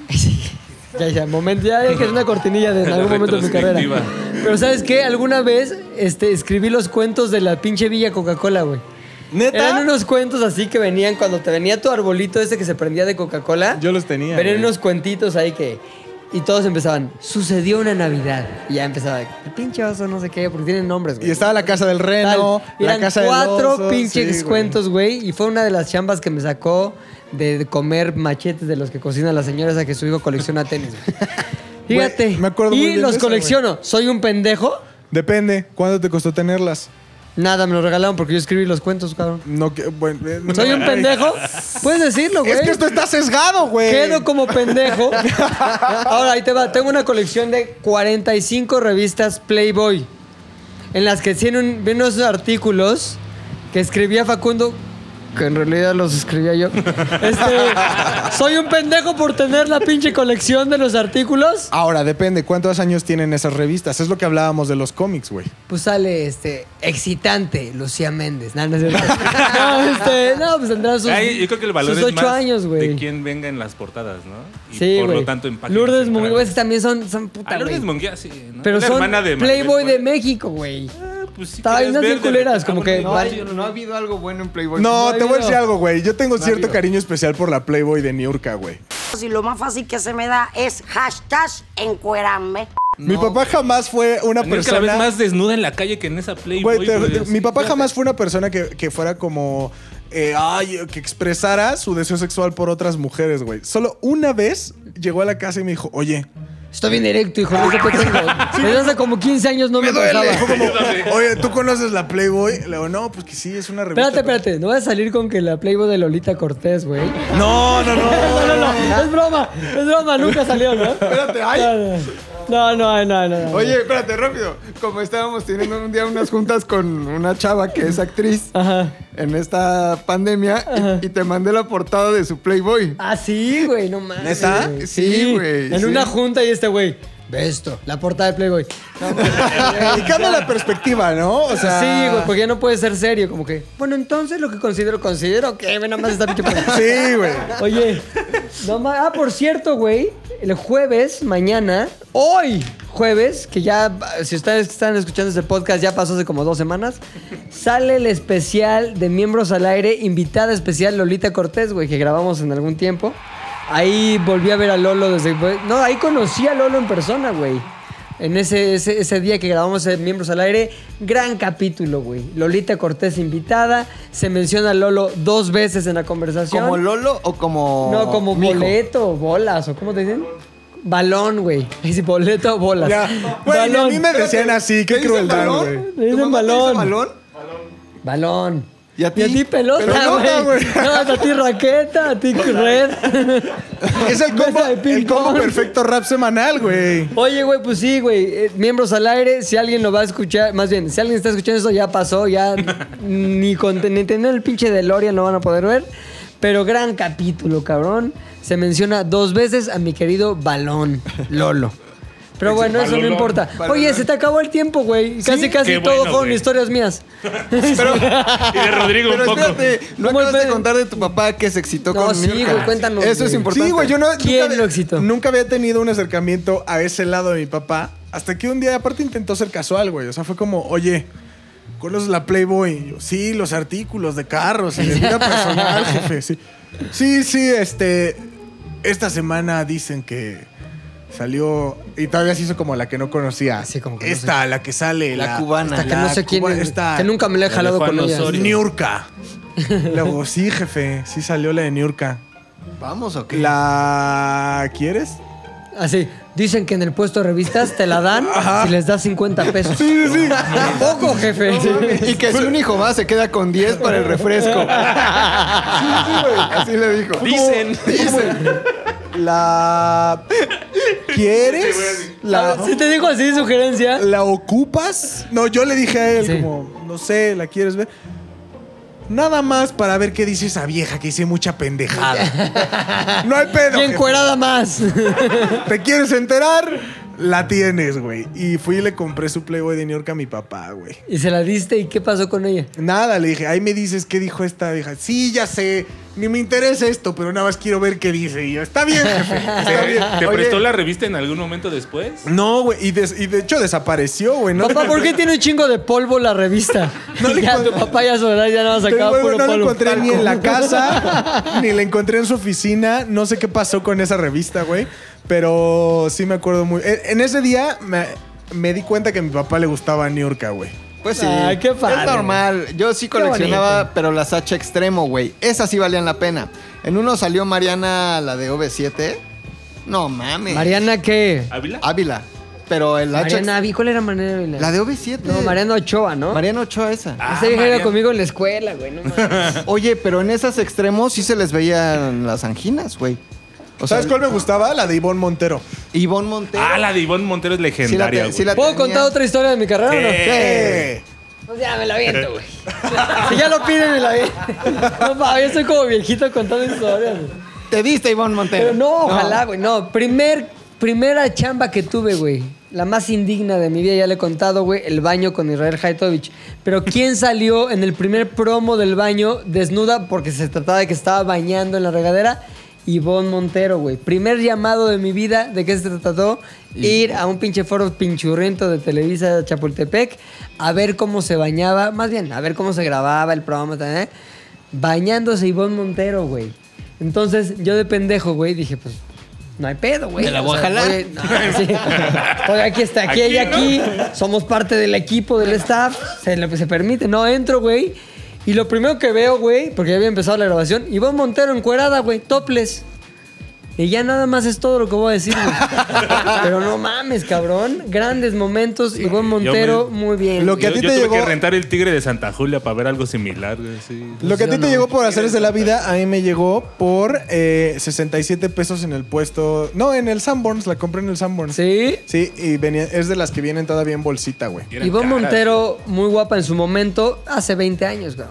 ya, ya, momento, ya que es una cortinilla de en algún momento de mi carrera. Pero ¿sabes qué? Alguna vez este, escribí los cuentos de la pinche Villa Coca-Cola, güey. ¿Neta? Eran unos cuentos así que venían cuando te venía tu arbolito ese que se prendía de Coca-Cola. Yo los tenía. Venían güey. unos cuentitos ahí que. Y todos empezaban. Sucedió una Navidad. Y ya empezaba. El pinche oso, no sé qué, porque tienen nombres, güey. Y estaba la casa del Tal. reno, la Eran casa del cuatro oso, pinches sí, güey. cuentos, güey. Y fue una de las chambas que me sacó de de comer machetes de los que cocina la señora esa que su hijo colecciona tenis, güey. Fíjate. Güey, me acuerdo muy y bien de los esa, colecciono. ¿Soy un pendejo? Depende, ¿cuánto te costó tenerlas? Nada, me los regalaron porque yo escribí los cuentos, cabrón. No, que, bueno, eh, no. ¿Soy un pendejo? Puedes decirlo, güey. Es que esto está sesgado, güey. Quedo como pendejo. Ahora, ahí te va. Tengo una colección de 45 revistas Playboy. En las que tienen un- vienen unos artículos que escribía Facundo. Que en realidad los escribía yo. Este, ¿Soy un pendejo por tener la pinche colección de los artículos? Ahora, depende, ¿cuántos años tienen esas revistas? Es lo que hablábamos de los cómics, güey. Pues sale este excitante Lucía Méndez. No, no, es cierto. No, este, no, pues tendrá sus, Ay, yo creo que el valor sus es ocho más años, de güey. quién venga en las portadas, ¿no? Y Sí, por güey. lo tanto impacta. Lourdes Munguía, es que también son, son puta, Ah, Lourdes güey. Munguía, sí. ¿no? Pero Es la son hermana de Maribel Playboy de Guardia. México, güey. Pues sí Estaban querías unas bien ver de culeras, repente, como que... ah, No, bueno, vale. hay- no ha habido algo bueno en Playboy. No, Pues no te voy a ha habido. decir algo, güey. Yo tengo No ha cierto habido. cariño especial por la Playboy de Niurka, güey. Y lo más fácil que se me da es hashtag encuerarme. Mi papá jamás fue una Tener cada vez persona... más desnuda en la calle que en esa Playboy. Güey, te- güey, te- así. mi papá jamás fue una persona que, que fuera como. eh, ay, que expresara su deseo sexual por otras mujeres, güey. Solo una vez llegó a la casa y me dijo, oye. Estoy bien directo, hijo. No sé qué tengo. Desde hace como 15 años no me, Duele. Fue pasaba. como, oye, ¿tú conoces la Playboy? Le digo, no, pues que sí, es una revista. Espérate, espérate. No voy a salir con que la Playboy de Lolita Cortés, güey. No, no, no. No, no, no. Es broma. Es broma. Nunca salió, ¿no? Espérate, ay. No, no, no, no. no, no. Oye, espérate, rápido. Como estábamos teniendo un día unas juntas con una chava que es actriz en esta pandemia y- y, te mandé la portada de su Playboy. Ah, sí, güey. No mames. ¿Neta? güey. Sí, güey, En sí. una junta y este güey. ve esto, la portada de Playboy. y cambia la perspectiva, ¿no? O sea, sí, güey, pues, porque ya no puede ser serio, como que. Bueno, entonces lo que considero, considero que ve nada más esta pinche película. Sí, güey. Oye, no ma- Ah, por cierto, güey, el jueves, mañana, hoy jueves, que ya, si ustedes están escuchando este podcast, ya pasó hace como dos semanas, sale el especial de Miembros al Aire, invitada especial Lolita Cortés, güey, que grabamos en algún tiempo. Ahí volví a ver a Lolo desde... No, ahí conocí a Lolo en persona, güey. En ese, ese, ese día que grabamos en Miembros al Aire, gran capítulo, güey. Lolita Cortés invitada, se menciona a Lolo dos veces en la conversación. ¿Como Lolo o como.? No, como mijo? boleto, bolas, o ¿cómo te dicen? Balón, güey. Es boleto o bolas. Ya. Güey, ni a mí me decían así, qué crueldad, güey. Me dicen balón. balón? Balón. ¿Y a ti? pelota, güey. No, a ti raqueta, a ti red. Es el combo, el combo perfecto rap semanal, güey. Oye, güey, pues sí, güey. eh, miembros al aire, si alguien lo va a escuchar, más bien, si alguien está escuchando eso, ya pasó, ya ni con ni tener el pinche DeLorean lo van a poder ver. Pero gran capítulo, cabrón. Se menciona dos veces a mi querido Balón, Lolo. Pero bueno, eso no Balolón. importa. Oye, Balolón. se te acabó el tiempo, güey. Casi, casi Qué todo bueno, fueron güey. historias mías. Y de Rodrigo Pero un poco. espérate, no acabas de contar de tu papá que se excitó No, con sí, Mirka. güey, cuéntanos, Eso es güey. importante. Sí, güey, yo no, nunca había- lo excitó? nunca había tenido un acercamiento a ese lado de mi papá. Hasta que un día, aparte, intentó ser casual, güey. O sea, fue como, oye, ¿conoces la Playboy? Y yo, sí, los artículos de carros y de vida personal, jefe. Sí, sí, sí, este. Esta semana dicen que salió. Y todavía se hizo como la que no conocía. que no esta, la que sale. La cubana. Esta que no sé quién Ah, cuba- es, güey. Que nunca me la he La de jalado Juan con ella. Osorio. Niurka. Luego, sí, jefe. Sí salió la de Niurka. ¿Vamos o qué? ¿La quieres? Así. Ah, Dicen que en el puesto de revistas te la dan si les das 50 pesos. Sí, sí, sí. Tampoco, jefe. Y que si un hijo va, se queda con 10 para el refresco. Sí, sí, güey, así le dijo. Dicen. La. ¿Quieres? La, Si te digo así, sugerencia. ¿La ocupas? No, yo le dije a él, como, no sé, ¿la quieres ver? Nada más para ver qué dice esa vieja que hice mucha pendejada. no hay pedo. Y jefe. encuerada más. ¿Te quieres enterar? La tienes, güey. Y fui y le compré su Playboy de New York a mi papá, güey. ¿Y se la diste? ¿Y qué pasó con ella? Nada, le dije, ahí me dices qué dijo esta vieja. Sí, ya sé, ni me interesa esto, pero nada más quiero ver qué dice. Y yo, está bien, jefe, está ¿Te, bien. te Oye, prestó la revista en algún momento después? No, güey, y, des- y de hecho desapareció, güey. No, Papá, ¿por qué tiene un chingo de polvo la revista? ya, tu papá ya a su edad ya nada más Te digo, sacaba güey, puro no la polvo. encontré ni en la casa, ni la encontré en su oficina. No sé qué pasó con esa revista, güey. Pero sí me acuerdo muy. En en ese día me, me di cuenta que a mi papá le gustaba New York, güey. Pues sí. Ay, qué padre. Es normal. Yo sí coleccionaba, pero las H extremo, güey. Esas sí valían la pena. En uno salió Mariana, la de OV7. No mames. ¿Mariana qué? ¿Ávila? Ávila. Pero el H. Mariana, Avi- ¿cuál era Mariana Ávila? La de OV7. No, Mariana Ochoa, ¿no? Mariana Ochoa esa. Ah, Esa Ah, vieja iba conmigo en la escuela, güey. No mames. Oye, pero en esas extremos sí se les veían las anginas, güey. O ¿Sabes cuál me gustaba? La de Ivonne Montero. Ivonne Montero. Ah, la de Ivonne Montero es legendaria, güey. sí la ¿Puedo tenía. contar otra historia de mi carrera o no? ¡Eh! Pues ya me la aviento, güey. si ya lo piden, me la aviento. No, pa, yo soy como viejito contando historias, güey. Te diste Ivonne Montero. Pero no, ojalá, güey. No, primer, primera chamba que tuve, güey. La más indigna de mi vida, ya le he contado, güey, el baño con Israel Haitovich. Pero ¿quién salió en el primer promo del baño desnuda porque se trataba de que estaba bañando en la regadera? Ivonne Montero, güey. Primer llamado de mi vida, ¿de qué se trató? Ir a un pinche foro pinchurriento de Televisa Chapultepec a ver cómo se bañaba, más bien, a ver cómo se grababa el programa también. Bañándose Ivonne Montero, güey. Entonces, yo de pendejo, güey, dije, pues, no hay pedo, güey. Me la O voy a sea, jalar. oye, no, sí. Oye, aquí está, aquí, Aquí, hay aquí. Somos parte del equipo, del staff. Se, le- se permite. No, entro, güey. Y lo primero que veo, güey, porque ya había empezado la grabación, Ivonne Montero encuerada, güey, topless. Y ya nada más es todo lo que voy a decir, güey. Pero no mames, cabrón. Grandes momentos. Ivonne Montero, me- muy bien. Lo güey. que a Yo, ti yo te tuve llegó. que rentar el Tigre de Santa Julia para ver algo similar, güey, sí. Lo que a ti Yo te no. llegó por hacer es de la vida, a mí me llegó por eh, 67 pesos en el puesto. No, en el Sanborns, la compré en el Sanborns. ¿Sí? Sí, y venía, es de las que vienen todavía en bolsita, güey. Eran Ivonne caras, Montero, muy guapa en su momento, hace 20 años, güey.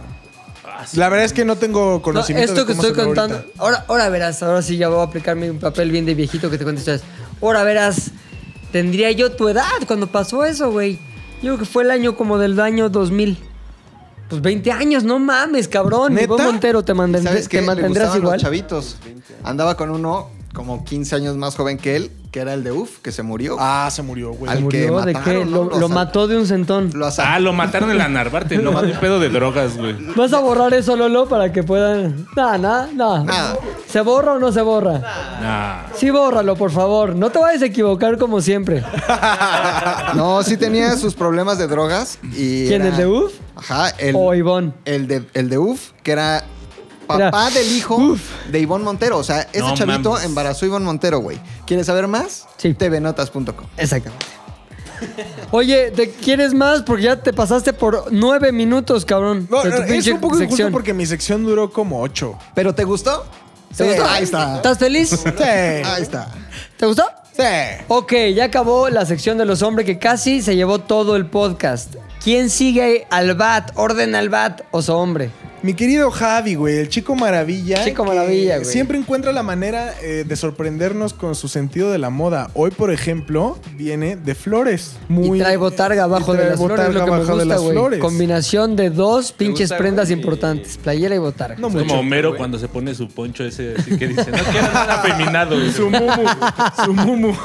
La verdad es que no tengo No, conocimiento. esto de que cómo se estoy ve contando. ahorita. Ahora, ahora verás, ahora sí ya voy a aplicar mi papel bien de viejito que te cuento historias. Ahora verás, Tendría yo tu edad cuando pasó eso, güey. Yo creo que fue el año como del año 2000. Pues 20 años, no mames, cabrón. Mi ¿Neta? buen Montero te mandé. ¿Sabes qué? te Le mantendrás gustaban igual. los chavitos. Andaba con uno como 15 años más joven que él, que era el de UF, que se murió. Ah, se murió, güey. Al pues, ¿Se que murió? ¿De mataron, qué? ¿no? Lo- lo asa- mató de un centón. Lo Ah, lo mataron en la Narvarte, no más de pedo de drogas, güey. ¿Vas a borrar eso, Lolo, para que puedan...? Nada, nada, nada. ¿Se borra o no se borra? Nah. Sí, bórralo, por favor. No te vayas a equivocar como siempre. Ah, No, sí tenía sus problemas de drogas y. ¿Quién, el de UF? Ajá, el. O Ivonne. El de, el de UF, que era papá Era- del hijo de Ivonne Montero. O sea, ese No chavito mames. embarazó a Ivonne Montero, güey. ¿Quieres saber más? Sí. tvnotas.com. Exactamente. Oye, ¿te quieres más? Porque ya te pasaste por nueve minutos, cabrón. No, de no, tu es pinche un poco injusto sección. porque mi sección duró como ocho. ¿Pero te gustó? ¿Te gustó? Ahí está. ¿Estás feliz? eh, Sí. Ahí está. ¿Te gustó? Sí. Ok, ya acabó la sección de los hombres que casi se llevó todo el podcast. ¿Quién sigue al bat? ¿Orden al bat? Oso hombre. Mi querido Javi, güey, el chico maravilla. Chico que maravilla, güey. Siempre encuentra la manera eh, de sorprendernos con su sentido de la moda. Hoy, por ejemplo, viene de flores. Muy, y trae botarga abajo y trae de las flores, es botarga lo que me abajo de gusta, las güey. flores. Combinación de dos pinches gusta, prendas importantes, playera y botarga. es como Homero cuando se pone su poncho ese así que dice, no quiero nada afeminado. güey". su mumu.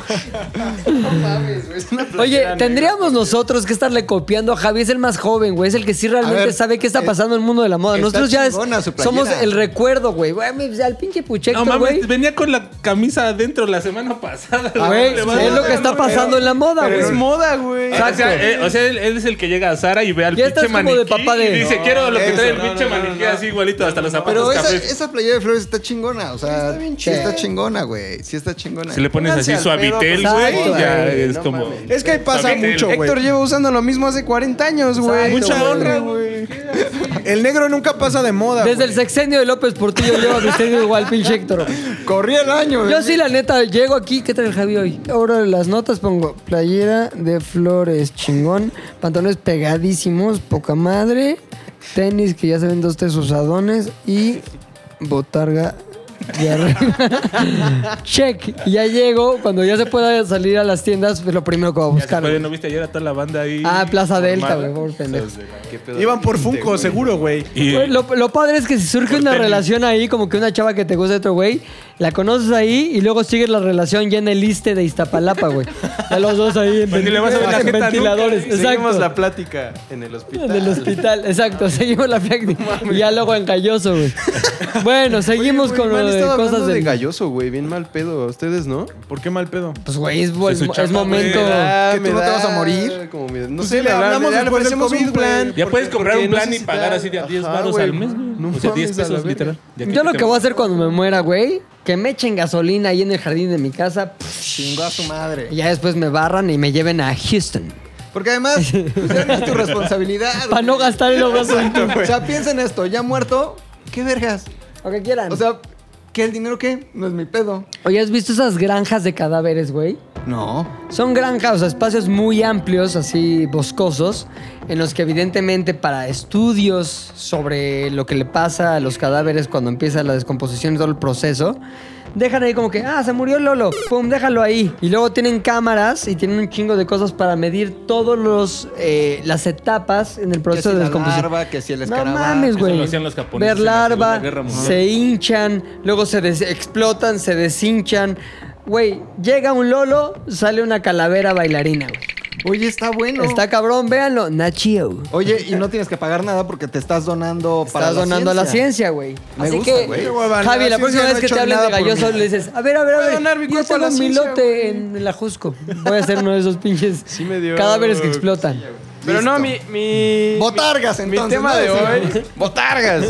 Oye, tendríamos nosotros que estarle copiando a Javi. Es el más joven, güey. Es el que sí realmente ver, sabe qué está eh, pasando en el mundo de la moda. está Nosotros ya es- chingona su playera. somos el recuerdo, güey. Güey, me- al pinche puchecto, No mames, güey. venía con la camisa adentro la semana pasada. Ah, güey, Le va es a lo dar que está una- pasando en la moda, Pero güey. es moda, güey. O sea, eh, o sea, él, él es el que llega a Sara y ve al Ya estás pinche como maniquí de papá de- y dice, No, quiero lo que eso, trae el no, pinche no, no, maniquí no. así igualito, hasta los zapatos Pero esa, cafés. esa playera de flores está chingona, o sea, está bien chida. Está chingona, güey. Sí está chingona. Si le pones así suavitel, güey, ya es como... Es que ahí pasa Suavitel. mucho, güey. Héctor lleva usando lo mismo hace 40 años, güey. Exacto, güey. güey. El negro nunca pasa de moda. Desde el sexenio de López Portillo lleva sexenio igual, pinche Héctor. Corría el año, Yo sí, la neta, llego aquí. ¿Qué trae el Javi hoy? Ahora en las notas pongo playera de flores, chingón. Pantalones pegadísimos, poca madre. Tenis que ya se ven dos, tres usadones. Y botarga de arriba. Check. Y Ya llego. Cuando ya se pueda salir a las tiendas, es lo primero que voy a buscar. Oye, ¿no viste ayer a toda la banda ahí? Ah, Plaza Delta, formada? güey, por pendejo. Iban por Funko, seguro, güey. Güey, Pues, lo, lo padre es que si surge una relación ahí, como que una chava que te gusta de otro güey, la conoces ahí y luego sigues la relación ya en el liste de Iztapalapa, güey. A los dos ahí en, Pues ni le vas a ver la en jeta nunca. ventiladores. Seguimos Exacto. la plática en el hospital. En el hospital, exacto. Seguimos la práctica. Y ya luego en Galloso, güey. Bueno, seguimos Güey, con lo mal de estaba hablando cosas de... del- galloso, güey. Bien mal pedo. ¿A ¿Ustedes no? ¿Por qué mal pedo? Pues, güey, es, bol- es momento. Que tú no te vas a morir. Como mi- No Pues sé, ya le le hablamos hablamos de después del ofrecemos un COVID, plan. Ya puedes comprar un porque no plan y necesitas- pagar así de a 10 Ajá, baros güey. al mes, güey. No o sea, mames, 10 a la pesos, verga. literal. Ya que Yo lo te- que voy a hacer cuando me muera, güey, que me echen gasolina ahí en el jardín de mi casa. Chingó a su madre. Y ya después me barran y me lleven a Houston. Porque además, pues, ya no es tu responsabilidad. Para no gastar el güey. ojo santo, O güey. sea, piensa en esto, ya muerto, qué vergas. Lo que quieran. O sea, ¿qué el dinero qué? No es mi pedo. Oye, ¿has visto esas granjas de cadáveres, güey? No. Son granjas, o sea, espacios muy amplios, así boscosos, en los que evidentemente para estudios sobre lo que le pasa a los cadáveres cuando empieza la descomposición y todo el proceso, dejan ahí como que, ah, se murió Lolo, pum, déjalo ahí. Y luego tienen cámaras y tienen un chingo de cosas para medir todas las etapas en el Que si proceso de la descomposición. larva, que si el No escarabajo. mames, güey. lo hacían los japoneses Ver en la larva, Segunda Guerra Mundial. se hinchan, luego se des- explotan, se deshinchan. Güey, llega un lolo, sale una calavera bailarina, güey. Oye, está bueno. Está cabrón, véanlo. Nachio. Oye, y no tienes que pagar nada porque te estás donando para Estás donando a la ciencia, güey. Me Así gusta, que, güey. Javi, la próxima vez que te hablen de galloso, le dices, a ver, a ver, a Voy a ver. donar mi yo cuerpo a la tengo mi ciencia, lote en la Jusco. Voy a hacer uno de esos pinches cadáveres que explotan. Pero no, mi, mi. Botargas, mi- Mi entonces, tema ¿no? de Sí. hoy. ¡Botargas!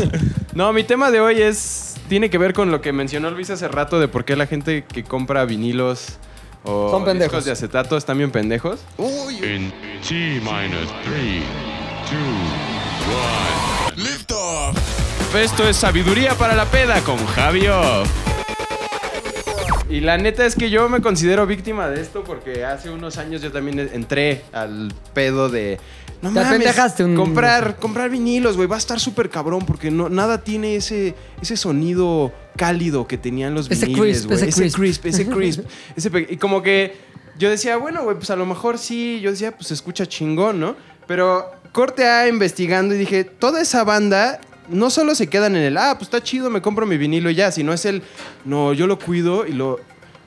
No, mi tema de hoy es. Tiene que ver con lo que mencionó Luis hace rato de por qué la gente que compra vinilos o Son pendejos. discos de acetato están bien pendejos. Uy. In T minus 3, 2, 1. Lift off. Esto es Sabiduría para la Peda con Javio. Y la neta es que yo me considero víctima de esto porque hace unos años yo también entré al pedo de. No Te apendejaste un- comprar, comprar vinilos, güey. Va a estar súper cabrón porque no, nada tiene ese, ese sonido cálido que tenían los Ese viniles, crisp, güey. ese Ese crisp. crisp, ese crisp. ese pe- y como que yo decía, bueno, güey, pues a lo mejor sí. Yo decía, pues se escucha chingón, ¿no? Pero corte A investigando y dije, toda esa banda no solo se quedan en el, ah, pues está chido, me compro mi vinilo y ya, sino es el, no, yo lo cuido y lo.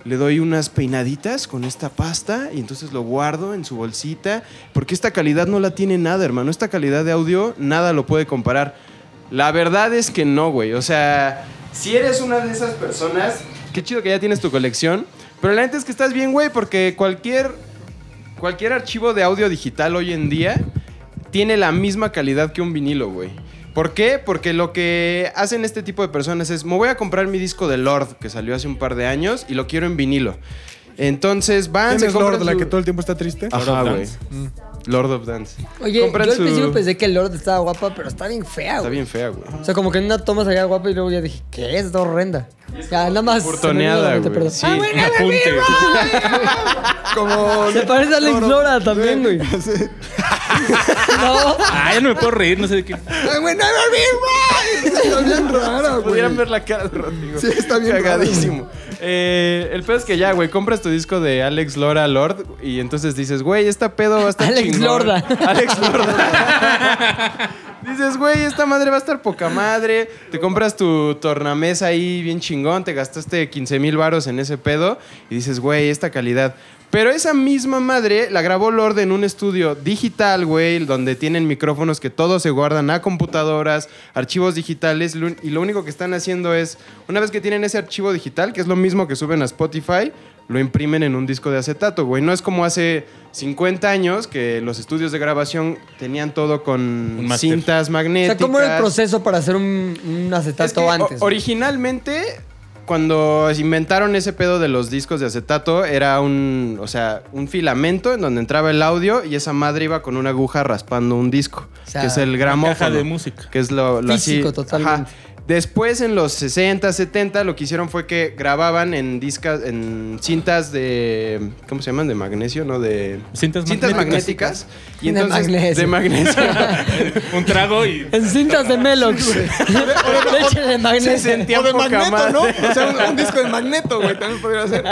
Le doy unas peinaditas con esta pasta y entonces lo guardo en su bolsita, porque esta calidad no la tiene nada, hermano. Esta calidad de audio nada lo puede comparar. La verdad es que no, güey. O sea, si eres una de esas personas, qué chido que ya tienes tu colección. Pero la neta es que estás bien, güey, porque cualquier, cualquier archivo de audio digital hoy en día tiene la misma calidad que un vinilo, güey. ¿Por qué? Porque lo que hacen este tipo de personas es, me voy a comprar mi disco de Lord, que salió hace un par de años, y lo quiero en vinilo. Entonces Ah, van, ¿Quién se es compran Lord, la su- que todo el tiempo está triste? Ajá, güey. Mm. Lord of Dance. Oye, Compran yo al su- principio pensé que Lord estaba guapa, pero está bien fea, Está güey. bien fea, güey. O sea, como que en una toma salía guapa y luego ya dije, ¿qué es? Está horrenda. Ya, nada más. Furtoneada, se me vino a la mente, güey. perdón. Sí, Ah, güey, nada, apunte. mira, Como. Se parece a Alex Lora también, güey. No. Ah, ya no me puedo reír, no sé de qué. Está bien rara, güey. Pudieran ver la cara de Rodrigo. Sí, está bien raro, Cagadísimo. Eh, el pedo es que ya, güey, compras tu disco de Alex Lora Lord y entonces dices, güey, esta pedo va a estar Alex chingón. Lorda. Alex Lorda. dices, güey, esta madre va a estar poca madre. Te compras tu tornamesa ahí bien chingón, te gastaste 15 mil varos en ese pedo y dices, güey, esta calidad. Pero esa misma madre la grabó Lord en un estudio digital, güey, donde tienen micrófonos que todos se guardan a computadoras, archivos digitales, lo- y lo único que están haciendo es, una vez que tienen ese archivo digital, que es lo mismo que suben a Spotify, lo imprimen en un disco de acetato, güey. No es como hace 50 años que los estudios de grabación tenían todo con máster. cintas O magnéticas. sea, ¿cómo era el proceso para hacer un, un acetato Es que o- antes? güey? Originalmente, cuando inventaron ese pedo de los discos de acetato, era un, o sea, un filamento en donde entraba el audio y esa madre iba con una aguja raspando un disco, sea, que es el una gramófono. caja de música. Que es lo, lo así- Físico, ajá. totalmente. Después, en los 60, 70, lo que hicieron fue que grababan en discas, en cintas de. ¿Cómo se llaman? De magnesio, ¿no? De. Cintas magnéticas. magnéticas. Y De entonces, magnesio. De magnesio. Un trago y. En cintas de Melox. Leche de magnesio. Se sentía O de poca magneto, madre. ¿no? O sea, un, un disco de magneto, güey, también podría ser.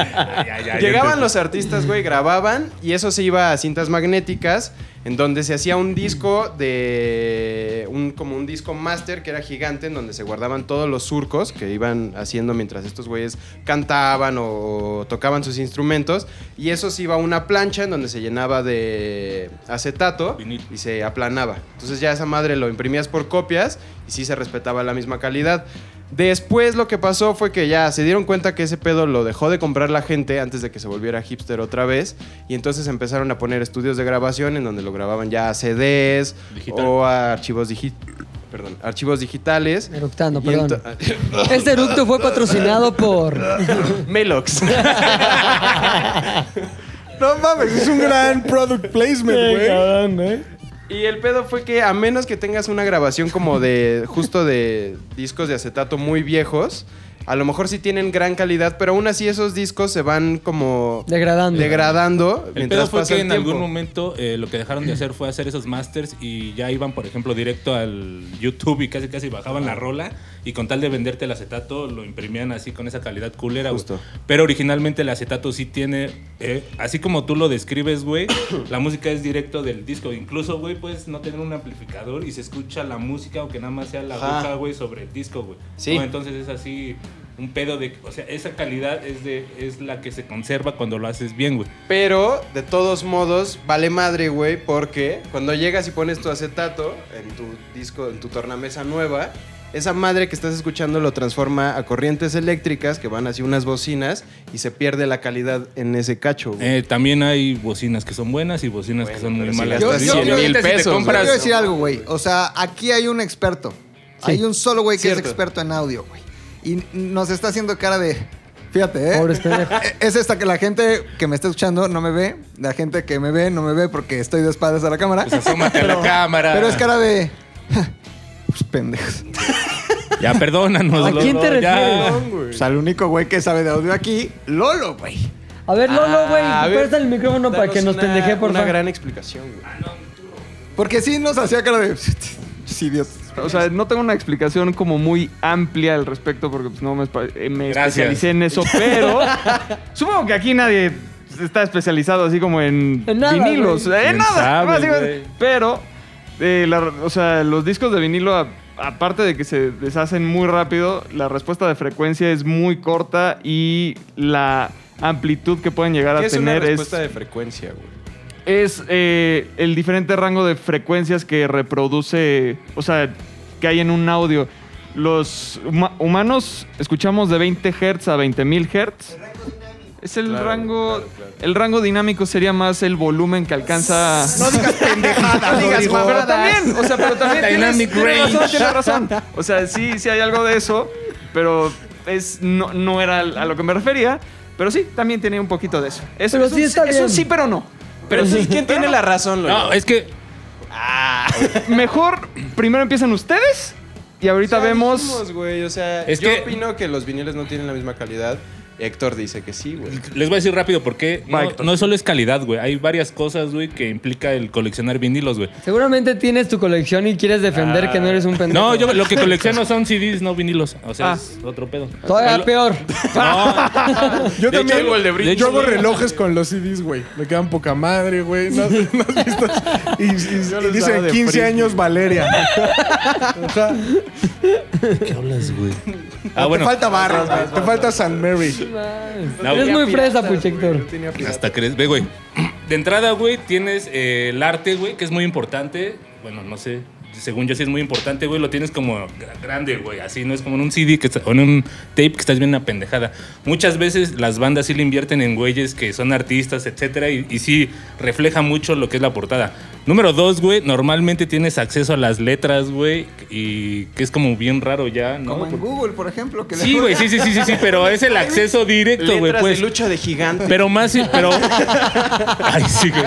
Llegaban los artistas, güey, grababan y eso se iba a cintas magnéticas en donde se hacía un disco de un como un disco master que era gigante en donde se guardaban todos los surcos que iban haciendo mientras estos güeyes cantaban o tocaban sus instrumentos y eso se iba a una plancha en donde se llenaba de acetato y se aplanaba. Entonces ya esa madre lo imprimías por copias y sí se respetaba la misma calidad. Después lo que pasó fue que ya se dieron cuenta que ese pedo lo dejó de comprar la gente antes de que se volviera hipster otra vez y entonces empezaron a poner estudios de grabación en donde lo grababan ya a CDs Digital. o a archivos digi- perdón, archivos digitales. Eructando, Y perdón. ento- Este eructo fue patrocinado por. Melox. No mames, es un gran product placement, Qué güey. cabrón, ¿eh? Y el pedo fue que a menos que tengas una grabación como de justo de discos de acetato muy viejos, a lo mejor sí tienen gran calidad, pero aún así esos discos se van como Degradando. degradando El mientras pedo fue pasa que el en tiempo. algún momento eh, lo que dejaron de hacer fue hacer esos masters y ya iban, por ejemplo, directo al YouTube y casi casi bajaban la rola y con tal de venderte el acetato lo imprimían así con esa calidad culera, güey. Justo. Pero originalmente el acetato sí tiene, eh, así como tú lo describes, güey, la música es directo del disco. Incluso, güey, puedes no tener un amplificador y se escucha la música aunque nada más sea la Ajá. aguja, güey, sobre el disco, güey. Sí. No, entonces es así un pedo de, o sea, esa calidad es de es la que se conserva cuando lo haces bien, güey. Pero, de todos modos, vale madre, güey, porque cuando llegas y pones tu acetato en tu disco, en tu tornamesa nueva, esa madre que estás escuchando lo transforma a corrientes eléctricas que van hacia unas bocinas y se pierde la calidad en ese cacho, güey. Eh, también hay bocinas que son buenas y bocinas que son muy pero si malas. gastas Yo- yo 100 creo que mil ahorita si te pesos, compras- Yo quiero decir algo, güey. O sea, aquí hay un experto. Hay un solo güey que es Cierto. experto en audio, güey. Y nos está haciendo cara de. Fíjate, ¿eh? Pobres pendejos. Es esta que la gente que me está escuchando no me ve. La gente que me ve no me ve porque estoy de espaldas a la cámara. Pues asómate a la cámara. Pero es cara de. Pues pendejos. Ya perdónanos. ¿A quién te Lolo, ya. refieres? Pues al único güey que sabe de audio aquí, Lolo, güey. A ver, Lolo, güey, Ah, a ver, presta el micrófono para danos que nos una- pendeje, por Una favor. gran explicación, güey. Porque sí nos hacía cara de. Sí, Dios. O sea, no tengo una explicación como muy amplia al respecto porque pues, no me, espa- eh, me Gracias. especialicé en eso, pero supongo que aquí nadie está especializado así como en, En nada, vinilos. En güey. Eh, ¿Quién nada. sabe, básicamente. güey? Ah, Pero, eh, la- o sea, los discos de vinilo, a- aparte de que se deshacen muy rápido, la respuesta de frecuencia es muy corta y la amplitud que pueden llegar a ¿Qué es una tener es respuesta de frecuencia, güey? es eh, el diferente rango de frecuencias que reproduce, o sea, que hay en un audio. Los huma- humanos escuchamos de 20 Hz a 20.000 Hz. Es el Claro, rango, el rango dinámico sería más el volumen que alcanza. No digas pendejada, digas pero mamadas. también, o sea, pero también tienes- Dynamic tienes razón, range. tienes razón. O sea, sí, sí hay algo de eso, pero es no, no era a lo que me refería, pero sí también tiene un poquito de eso. Es, Pero es sí un- está es un bien. sí, pero no. Pero entonces, ¿quién tiene la razón, Lolo? No, es que. Mejor primero empiezan ustedes y ahorita Ya vemos. dijimos, güey, o sea, Es yo que- opino que los viniles no tienen la misma calidad. Héctor dice que sí, güey. Les voy a decir rápido por qué. Va, No, Héctor. no solo es calidad, güey. Hay varias cosas, güey, que implica el coleccionar vinilos, güey. Seguramente tienes tu colección y quieres defender que no eres Ah. un pendejo. No, yo lo que colecciono son CDs, no vinilos. O sea, Ah. es otro pedo. Todavía Lo- Ah, peor. Yo De también. hecho, algo el de Britney, yo hago güey. relojes con los CDs, güey. Me quedan poca madre, güey. ¿No, has- no has visto? Y, y- Yo y los daba dicen de 15 frisbee. años Valeria. Ajá. ¿Qué hablas, güey? Ah, Te bueno. falta barras, güey. Te falta San Mary. No, eres güey. muy fresa, Puchector. Hasta crees. Ve, güey. De entrada, güey, tienes eh, el arte, güey, que es muy importante. Bueno, no sé. Según yo sí es muy importante, güey. Lo tienes como gra- grande, güey. Así no es como en un CD que está- o en un tape que estás viendo una pendejada. Muchas veces las bandas sí le invierten en güeyes que son artistas, etcétera. Y, y sí refleja mucho lo que es la portada. Número dos, güey. Normalmente tienes acceso a las letras, güey. Y que es como bien raro ya, ¿no? Como en Porque- Google, por ejemplo. Que le- Sí, güey, sí, sí, sí, sí, sí, pero es el acceso directo, güey. Letras Pues. de lucha de gigante. Pero más, pero. Ay, sí, güey.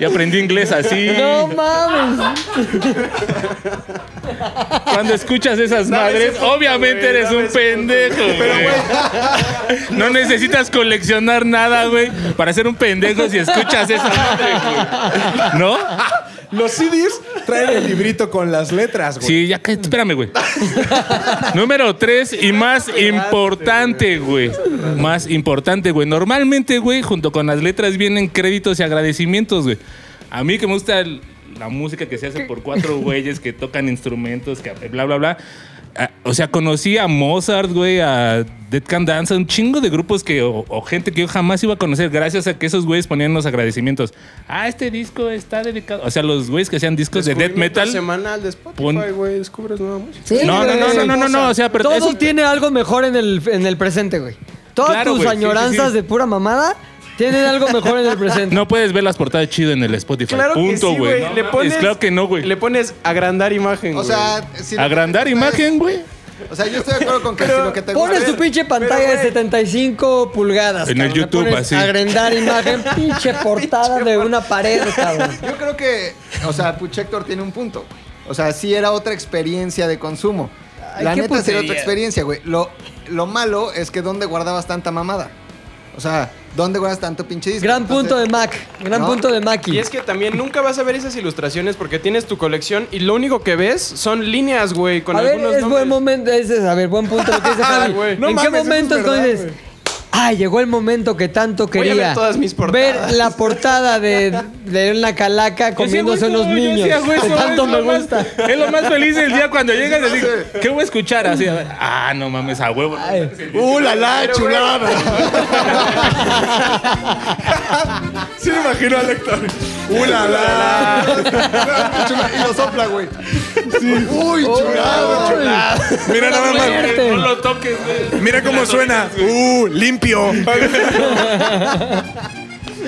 Ya aprendí inglés así. No mames. Cuando escuchas esas madres, obviamente eres un pendejo, güey. No necesitas coleccionar nada, güey, para ser un pendejo si escuchas esa madre, güey. ¿No? Los CDs traen el librito con las letras, güey. Sí, ya que. Espérame, güey. Número tres y más importante, güey. Más importante, güey. Normalmente, güey, junto con las letras vienen créditos y agradecimientos, güey. A mí que me gusta el- la música que se hace por cuatro güeyes que tocan instrumentos, que bla, bla, bla. Ah, O sea, conocí a Mozart, güey, a Dead Can Dance, a un chingo de grupos que, o, o gente que yo jamás iba a conocer, gracias a que esos güeyes ponían los agradecimientos. Ah, este disco está dedicado. O sea, los güeyes que hacían discos de death Descubrimiento metal. semanal de Spotify, Pon- güey. Descubres nueva música. Sí, No, no, güey. no, no, no, no, no, o sea, Ah, pero Todo eso- tiene algo mejor en el, en el presente, güey. Todas Claro, tus güey, sí, sí, añoranzas sí. de pura mamada tienen algo mejor en el presente. No puedes ver las portadas chido en el Spotify. Claro que Punto, sí, güey. güey. No Le mames, pones- Claro que no, güey. Le pones agrandar imagen, O güey. sea, si lo que Agrandar te gusta imagen, güey. es- O sea, yo estoy de acuerdo con que si lo que te gusta Pones es- tu pinche pantalla de 75 pulgadas. En el cabrón. Le YouTube, pones así. Agrandar imagen, pinche portada de una pared, cabrón. Yo creo que, o sea, Puchector tiene un punto. güey. O sea, sí era otra experiencia de consumo. Ay, la qué neta sería putería. otra experiencia, güey. Lo, lo malo es que ¿dónde guardabas tanta mamada? O sea, ¿dónde guardas tanto pinche disco? Gran punto de Entonces, Mac. Gran ¿no? punto de Maki. Y es que también nunca vas a ver esas ilustraciones porque tienes tu colección y lo único que ves son líneas, güey, con a ver, es algunos nombres. Ah, buen momento. es- es- a ver, buen punto lo que dice Javi. Güey. ¿En No qué mames, eso es momento verdad, entonces? güey. Ah, llegó el momento que tanto a ver quería. todas mis portadas. Ver la portada de, de una calaca comiéndose Ese güey, unos no, yo niños. decía, güey, que eso tanto es me lo más- gusta. Es lo más feliz el día cuando llegas y dices, ¿qué voy a escuchar? Así, a ver, ah, no mames, a huevo. ¡Uh, la la, chulada! Sí, me imagino al Héctor. ¡Uh, la, la! Y lo sopla, güey. ¡Uy, Oh. chulada! Mira nada más. No lo toques, güey. Mira cómo suena. ¡Uh, limpio!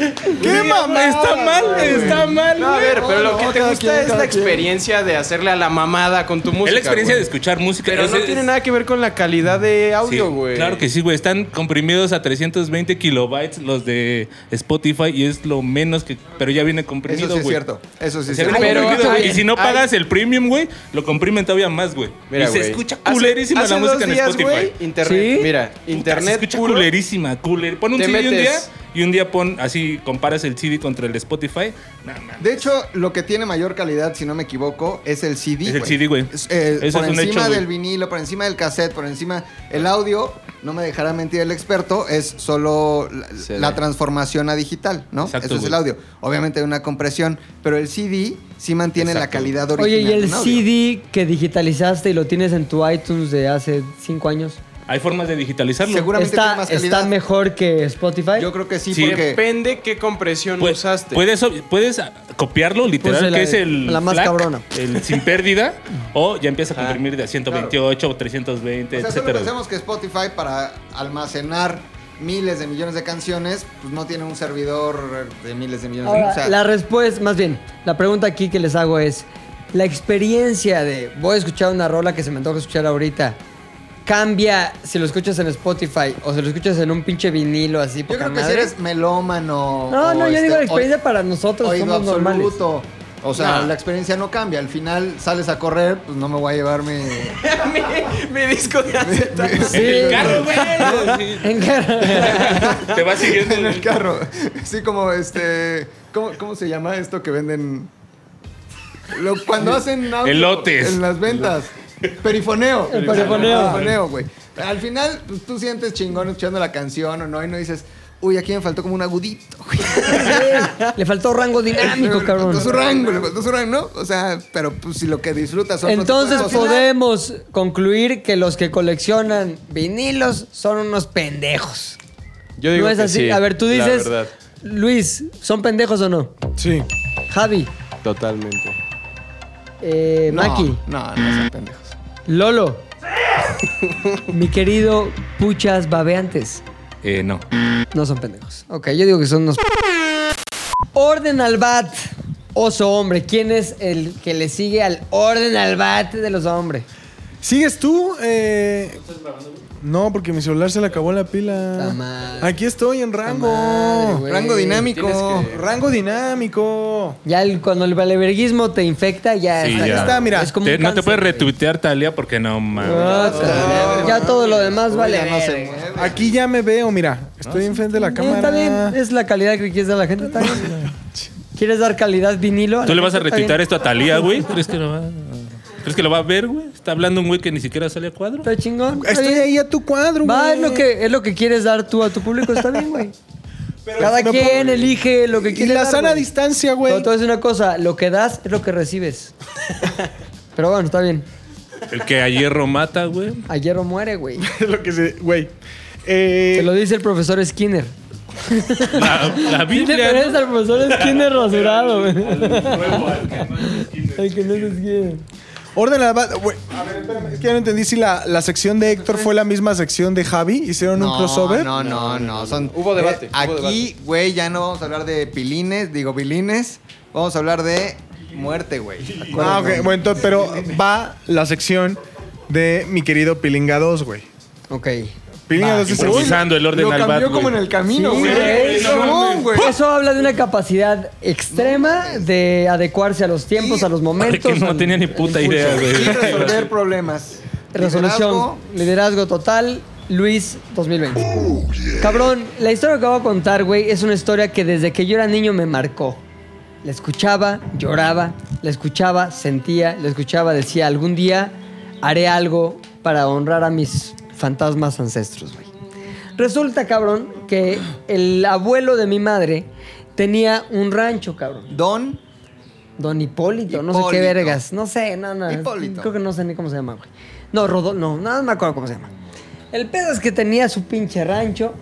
¡Qué mamá! Está mal, está mal, No, a güey. ver, pero lo que No, te cada quien, gusta es cada la quien. experiencia de hacerle a la mamada con tu música. Es la experiencia de güey. escuchar música. Pero es- no es- tiene nada que ver con la calidad de Sí, audio, güey. claro que sí, güey. Están comprimidos a 320 kilobytes los de Spotify y es lo menos que. Pero ya viene comprimido, Eso sí güey. es cierto. Eso sí es Se cierto. ve Pero- comprimido, güey. hay- y si no hay- pagas el premium, güey, lo comprimen todavía más, güey. Mira, y se güey. escucha Hace- culerísima hace la música dos en días, Spotify. güey, internet, ¿Sí? mira, Internet se internet escucha puro. culerísima, culer. Pon un Te CD un día metes. y un día pon así comparas el CD contra el Spotify. Nah, nah. De hecho, lo que tiene mayor calidad, si no me equivoco, es el CD. Es el CD, güey. Es, eh, Eso por es un encima hecho, güey. del vinilo, por encima del cassette, por encima el audio. no me dejará mentir el experto, es solo la, la transformación a digital, ¿no? Exacto, Eso es el güey. audio. Obviamente hay una compresión, pero el CD sí mantiene la Exacto. calidad Oye, original. ¿y el de un audio. CD que digitalizaste y lo tienes en tu iTunes de hace cinco años? Hay formas de digitalizarlo. está, ¿Está mejor que Spotify? Yo creo que Sí. Depende qué compresión Pues, usaste. Puedes, puedes copiarlo literal, Puse la que es de- el. la más FLAC, cabrona. El sin pérdida, o ya empieza a comprimir de a 128 o 320, O sea, solo etcétera. pensemos que Spotify para almacenar miles de millones de canciones, pues no tiene un servidor de miles de millones de Ahora, o sea, la respuesta, más bien, la pregunta aquí que les hago es, la experiencia de voy a escuchar una rola que se me antoja escuchar ahorita, ¿cambia si lo escuchas en Spotify o si lo escuchas en un pinche vinilo así? Yo creo que si eres melómano. No, o no, yo este, digo la o- experiencia para nosotros oído somos normales. absoluto. O sea, No. la experiencia no cambia. Al final sales a correr, pues no me voy a llevar mi. mi disco de acetato. Sí. En el carro, güey. En carro. Te va siguiendo en el carro. Sí, como este. ¿Cómo, cómo se llama esto que venden? Lo- cuando hacen audio Elotes. en las ventas. Perifoneo. El perifoneo. Perifoneo, güey. Al final, pues, tú sientes chingón escuchando la canción o no, y no dices, uy, aquí me faltó como un agudito. Le faltó rango dinámico, cabrón. Le faltó su rango, le faltó su rango, ¿no? O sea, pero pues si lo que disfrutas son Entonces otras cosas. podemos concluir que los que coleccionan vinilos son unos pendejos. Yo digo no es que así. sí, A ver, tú la dices, verdad. Luis, ¿son pendejos o no? Sí. Javi, Totalmente. eh, No, Maki, No, no son pendejos. Lolo, mi querido Puchas Babeantes, Eh, no. no son pendejos. Ok, yo digo que son unos... Orden al bat, oso hombre. ¿Quién es el que le sigue al orden al bat de los hombres? ¿Sigues tú? Eh, no, porque mi celular se le acabó la pila. Aquí estoy en rango. güey. rango dinámico. Tienes que- Rango dinámico. Ya el- cuando el valeverguismo te infecta, ya, Sí, está, ya. está, mira. Es como Te- un no te cáncer, puedes güey. retuitear, Talia, porque no mames. Ah, Puta, Ya todo lo demás vale. ya no se verga. Aquí ya me veo, mira. Estoy enfrente de la Sí, cámara. Está bien, es la calidad que quieres dar a la gente. Está bien. ¿Quieres dar calidad vinilo? la ¿Tú le vas a gente? Ah, Está retuitear bien. esto a Talia, güey? ¿Crees que lo va a... ¿Crees que lo va a ver, güey? Está hablando un güey que ni siquiera sale a cuadro. Está chingón. está Estoy bien. ahí a tu cuadro, Va, güey. es lo, que, es lo que quieres dar tú a tu público. Está bien, güey. Cada no quien puedo- elige lo que Y quiere la dar, sana güey. distancia, Pero güey. te voy a decir una cosa. Lo que das es lo que recibes. Pero bueno, está bien. El que a hierro mata, güey. Ayer o muere, güey. lo que se. Güey. Eh, Te lo dice el profesor Skinner. La, la ¿Qué te Biblia. parece ¿no? al profesor Skinner rasurado, güey? El que no se Skinner. Orden al bat. güey. A ver, espérame. Es que ya no entendí si la, la sección de Héctor fue la misma sección de Javi. ¿Hicieron un crossover? No, no, no. Son, Hubo debate, Eh, hubo aquí, güey, ya no vamos a hablar de pilines, digo bilines. Vamos a hablar de muerte, güey. Ah, ok. Acuérdate. Bueno, entonces, pero va la sección de mi querido Pilinga 2, güey. Ok. Pilinga Va. 2 es Improvisando el orden Lo al bat, cambió como güey. en el camino, Sí, güey. güey, No, güey. Eso habla de una capacidad extrema de adecuarse a los tiempos, a los momentos. Que no al- tenía ni puta idea, Y güey. resolver problemas. Resolución. Liderazgo. Liderazgo, total. Luis 2020. Cabrón, la historia que acabo de contar, güey, es una historia que desde que yo era niño me marcó. La escuchaba, lloraba, la escuchaba, sentía, la escuchaba, decía, algún día haré algo para honrar a mis fantasmas ancestros, güey. Resulta, cabrón, que el abuelo de mi madre tenía un rancho, cabrón. Don Don Hipólito, no sé qué Hipólito. vergas. No sé, no, no. Hipólito. Creo que no sé ni cómo se llama, güey. No, Rodolfo, no, no me acuerdo cómo se llama. El pedo es que tenía su pinche rancho,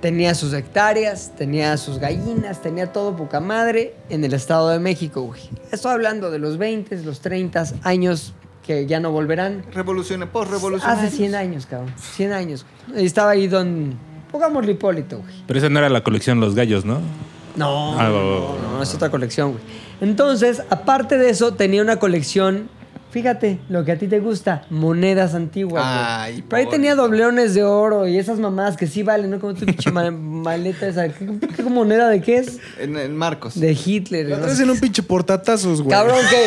tenía sus hectáreas, tenía sus gallinas, tenía todo poca madre en el Estado de México, güey. Estoy hablando de los 20, los 30 años que ya no volverán. revoluciona, post Hace 100 años, cabrón. 100 años. güey. Y estaba ahí don... Pongámosle Hipólito, güey. Pero esa no era la colección Los Gallos, ¿no? No, Ah, va, va, no, no, no, es otra colección, güey. Entonces, aparte de eso, tenía una colección, fíjate, lo que a ti te gusta, monedas antiguas. güey. Ay, Pero ahí pobre. tenía dobleones de oro y esas mamás que sí valen, ¿no? Como tu pinche ma- maleta esa. ¿Qué, qué moneda de qué es? En, en Marcos. De Hitler. La ¿no? traes en un pinche portatazos, güey. Cabrón, que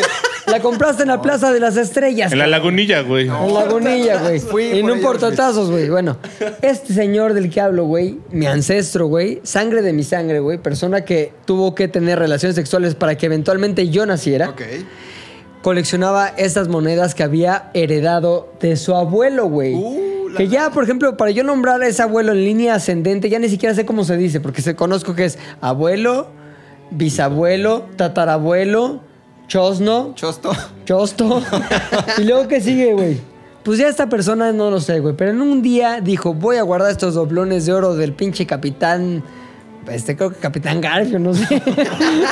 la compraste en la Plaza de las Estrellas. En la cabrón. lagunilla, güey. En Lagunilla, güey. Fui En por un ellos, güey. portatazos, güey. Bueno, este señor del que hablo, güey, mi ancestro, güey, sangre de mi sangre, güey, persona que tuvo que tener relaciones sexuales para que eventualmente yo naciera, Ok. coleccionaba estas monedas que había heredado de su abuelo, güey. Uh, la- Que ya, por ejemplo, para yo nombrar a ese abuelo en línea ascendente, ya ni siquiera sé cómo se dice, porque se conozco que es abuelo, bisabuelo, tatarabuelo, chosno. Chosto. Chosto. y luego, ¿qué sigue, güey? Pues ya esta persona no lo sé, güey. Pero en un día dijo, voy a guardar estos doblones de oro del pinche capitán. Este creo que Capitán Garfio, no sé.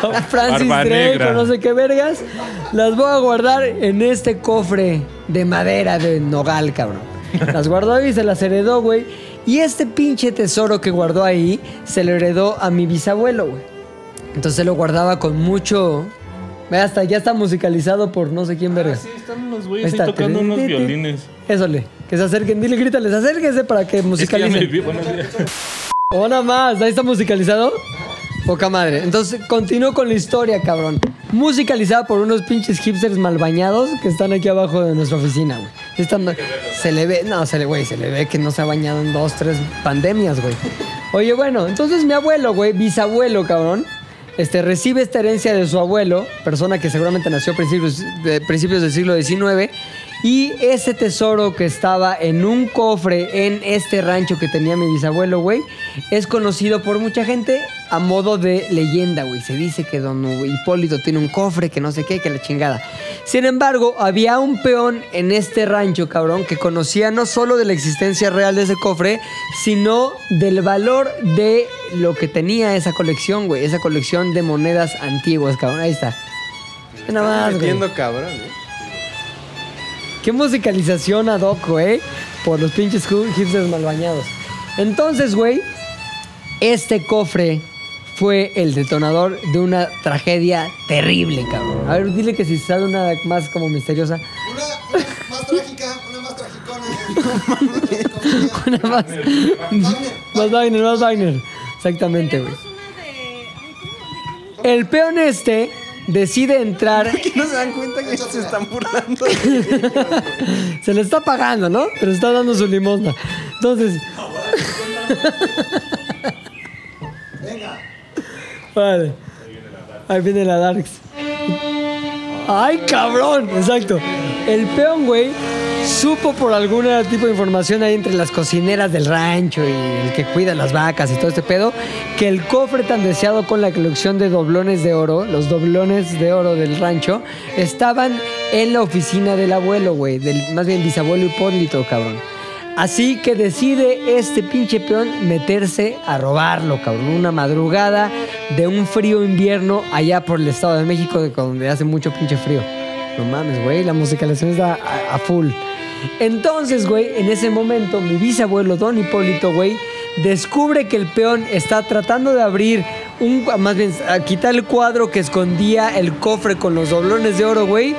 o Francis Barba Drake, Negra. o no sé qué vergas. Las voy a guardar en este cofre de madera de nogal, cabrón. Las guardó y se las heredó, güey. Y este pinche tesoro que guardó ahí se lo heredó a mi bisabuelo, güey. Entonces lo guardaba con mucho. Ve, Hasta ya está musicalizado por no sé quién verga. Están unos Ahí güeyes ahí está. Pues tocando Ti, ti, unos ti. violines. Ésole, que se acerquen, dile, grítales, acérquense para Es que que ya musicalicen. me vi, buenos días. Una más, ahí está musicalizado. Poca madre. Entonces, continúo con la historia, cabrón. Musicalizada por unos pinches hipsters mal bañados que están aquí abajo de nuestra oficina, güey. Están- se le ve, no, se le, güey, se le ve que no se ha bañado en dos, tres pandemias, güey. Oye, bueno, entonces mi abuelo, güey, bisabuelo, cabrón, este, recibe esta herencia de su abuelo, persona que seguramente nació a principios, de principios del siglo XIX, y ese tesoro que estaba en un cofre en este rancho que tenía mi bisabuelo, güey, es conocido por mucha gente a modo de leyenda, güey. Se dice que don Hipólito tiene un cofre, que no sé qué, que la chingada. Sin embargo, había un peón en este rancho, cabrón, que conocía no solo de la existencia real de ese cofre, sino del valor de lo que tenía esa colección, güey. Esa colección de monedas antiguas, cabrón. Ahí está. Ve Nada más, Ah, güey. Entiendo, cabrón. ¿eh? Qué musicalización ad hoc, güey. Por los pinches hu- hipsters malbañados. Entonces, güey, este cofre fue el detonador de una tragedia terrible, cabrón. A ver, dile que si sale una más como misteriosa. Más trágica, una más tragicona. Una más. más Wagner, más Wagner. Exactamente, güey. El peón este decide entrar. ¿Por qué no se dan cuenta que se están burlando? Se le está pagando, ¿no? Pero está dando su limosna. Entonces. Vale. Ahí viene la Darks. ¡Ay, cabrón! Exacto. El peón, güey, supo por algún tipo de información ahí entre las cocineras del rancho y el que cuida las vacas y todo este pedo, que el cofre tan deseado con la colección de doblones de oro, los doblones de oro del rancho, estaban en la oficina del abuelo, güey, del más bien bisabuelo Hipólito, cabrón. Así que decide este pinche peón meterse a robarlo, cabrón. Una madrugada de un frío invierno allá por el Estado de México, de- donde hace mucho pinche frío. No mames, güey, la musicalización está a, a full. Entonces, güey, en ese momento, mi bisabuelo Don Hipólito, güey, descubre que el peón está tratando de abrir un. Más bien, a quitar el cuadro que escondía el cofre con los doblones de oro, güey.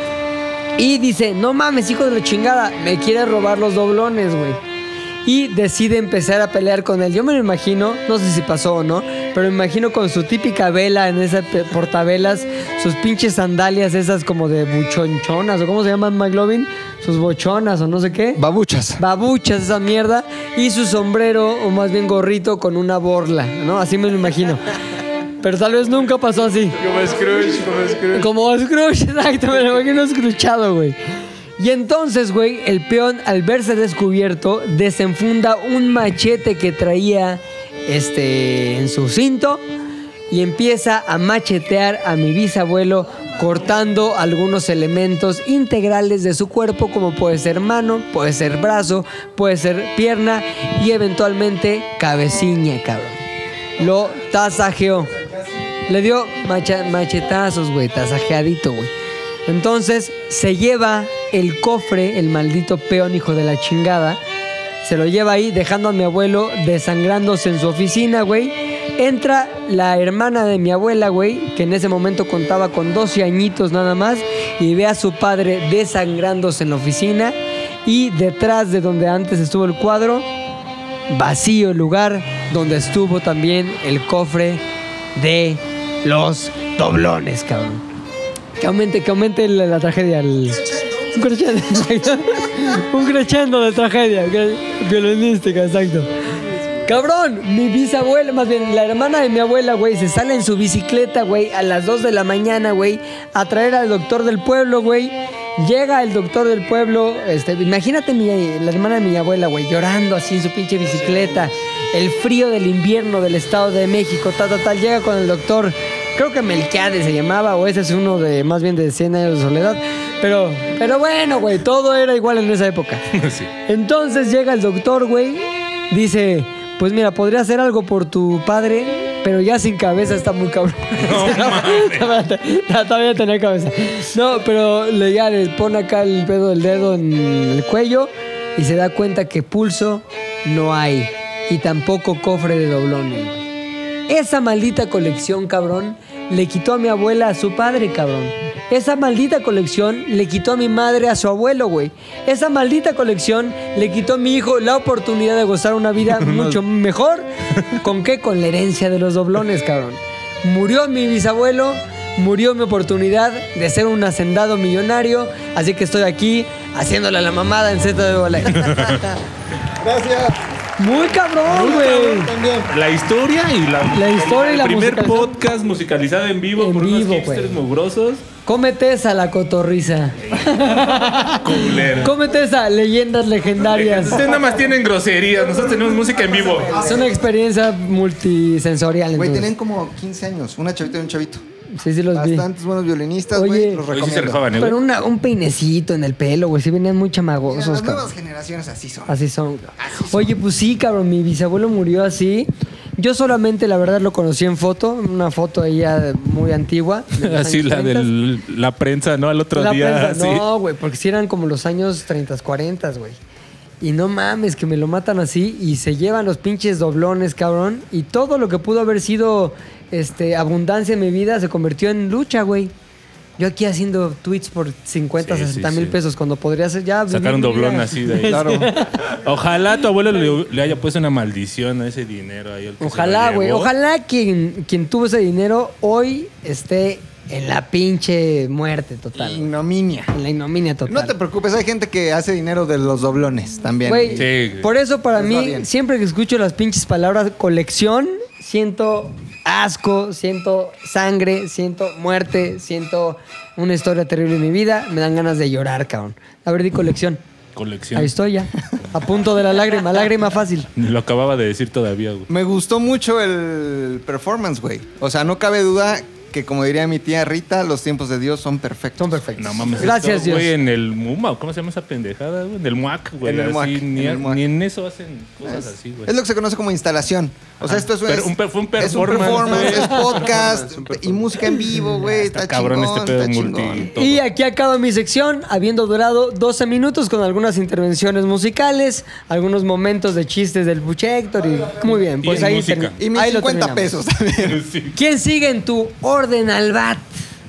Y dice, no mames, hijo de la chingada, me quiere robar los doblones, güey. Y decide empezar a pelear con él. Yo me lo imagino, no sé si pasó o no, pero me imagino con su típica vela en esa pe- portavelas, sus pinches sandalias esas como de buchonchonas, o cómo se llaman McLovin, sus bochonas o no sé qué. Babuchas. Babuchas, esa mierda. Y su sombrero, o más bien gorrito, con una borla, ¿no? Así me lo imagino. Pero tal vez nunca pasó así. Como Scrooge, como Scrooge. Como Scrooge, exacto, me lo imagino escruchado, güey. Y entonces, güey, el peón, al verse descubierto, desenfunda un machete que traía este, en su cinto y empieza a machetear a mi bisabuelo, cortando algunos elementos integrales de su cuerpo, como puede ser mano, puede ser brazo, puede ser pierna y eventualmente cabecilla, cabrón. Lo tasajeó. Le dio macha- machetazos, güey, tasajeadito, güey. Entonces se lleva el cofre, el maldito peón hijo de la chingada. Se lo lleva ahí, dejando a mi abuelo desangrándose en su oficina, güey. Entra la hermana de mi abuela, güey, que en ese momento contaba con 12 añitos nada más, y ve a su padre desangrándose en la oficina. Y detrás de donde antes estuvo el cuadro, vacío el lugar donde estuvo también el cofre de los doblones, cabrón. Que aumente, que aumente la, la tragedia. el- un crescendo. exacto. un crescendo de tragedia. ok, Violinística, exacto. Cabrón, mi bisabuela, más bien la hermana de mi abuela, güey, se sale en su bicicleta, güey, a las 2 de la mañana, güey, a traer al doctor del pueblo, güey. Llega el doctor del pueblo, este, imagínate mi- la hermana de mi abuela, güey, llorando así en su pinche bicicleta, el frío del invierno del Estado de México, tal, tal, tal, llega con el doctor, creo que Melquiades se llamaba, o ese es uno de más bien de 100 años de soledad, pero, pero bueno, güey, todo era igual en esa época. Entonces llega el doctor, güey, dice, pues mira, podría hacer algo por tu padre, pero ya sin cabeza está muy cabrón. Espérate, no, todavía tenía cabeza. No, pero le, ya le pone acá el pedo del dedo en el cuello y se da cuenta que pulso no hay y tampoco cofre de doblones. güey. Esa maldita colección, cabrón, le quitó a mi abuela a su padre, cabrón. Esa maldita colección le quitó a mi madre a su abuelo, güey. Esa maldita colección le quitó a mi hijo la oportunidad de gozar una vida mucho mejor. ¿Con qué? Con la herencia de los doblones, cabrón. Murió mi bisabuelo, murió mi oportunidad de ser un hacendado millonario, así que estoy aquí haciéndole a la mamada en Z de bola. Gracias. Muy cabrón, güey. La historia y la, La historia y la El primer musicalización. podcast musicalizado en vivo por unos hipsters mugrosos. Cómete esa la cotorriza. Culera. Cómete esa, leyendas legendarias. Ustedes nada más tienen groserías, nosotros tenemos música en vivo. Es una experiencia multisensorial. Güey, entonces. Pues tenían como 15 años, una chavita y un chavito. Sí, sí, los vi. Bastantes buenos violinistas, güey, los Pues recomiendo. Pero una- un peinecito en el pelo, güey. Sí venían muy Mira, chamagosos, las cabrón. nuevas generaciones así son. Así son. Oye, pues sí, cabrón, mi bisabuelo murió así. Yo solamente, la verdad, lo conocí en foto, una foto ahí ya muy antigua. de los Así años la 30. de la prensa, ¿no? Al otro La día. prensa, así. No, pues güey, porque si eran como los años 30, 40, güey. Y no mames, que me lo matan así y se llevan los pinches doblones, cabrón. Y todo lo que pudo haber sido este, abundancia en mi vida se convirtió en lucha, güey. Yo aquí haciendo tweets por 50, Sí, 60 sí, mil sí. pesos cuando podría ser ya. Sacar un vivir mi doblón vida. así de ahí. Claro. Ojalá tu abuelo le, le haya puesto una maldición a ese dinero ahí. al que se lo Ojalá, güey. llevó. Ojalá quien, quien tuvo ese dinero hoy esté en la pinche muerte total. Ignominia. En la ignominia total. No te preocupes, hay gente que hace dinero de los doblones también. Güey, por eso para Les va mí, bien. siempre que escucho las pinches palabras colección, siento asco, siento sangre, siento muerte, siento una historia terrible en mi vida. Me dan ganas de llorar, cabrón. A ver, di colección. Colección. Ahí estoy ya. A punto de la lágrima, lágrima fácil. Ni Lo acababa de decir todavía, güey. Me gustó mucho el performance, güey. O sea, no cabe duda que, como diría mi tía Rita, los tiempos de Dios son perfectos. Son perfectos. No mames, esto, güey, en el MUMA, ¿o ¿cómo se llama esa pendejada, güey? En el MUAC, güey. En el así, MUAC, Ni, en el MUAC. ni en eso hacen cosas así, güey. Es lo que se conoce como instalación. O sea, Ajá. esto es Pero un per- fue un es un performance, performance, güey. es podcast y música en vivo, güey. Está, cabrón chingón, este pedo está multi- chingón. todo. Y aquí acaba mi sección, habiendo durado 12 minutos con algunas intervenciones musicales, algunos momentos de chistes del Buche Héctor y muy bien, pues Y ahí, música. termi- Y mis ahí lo 50 pesos terminamos. también. ¿Quién sigue en tu orden al bat?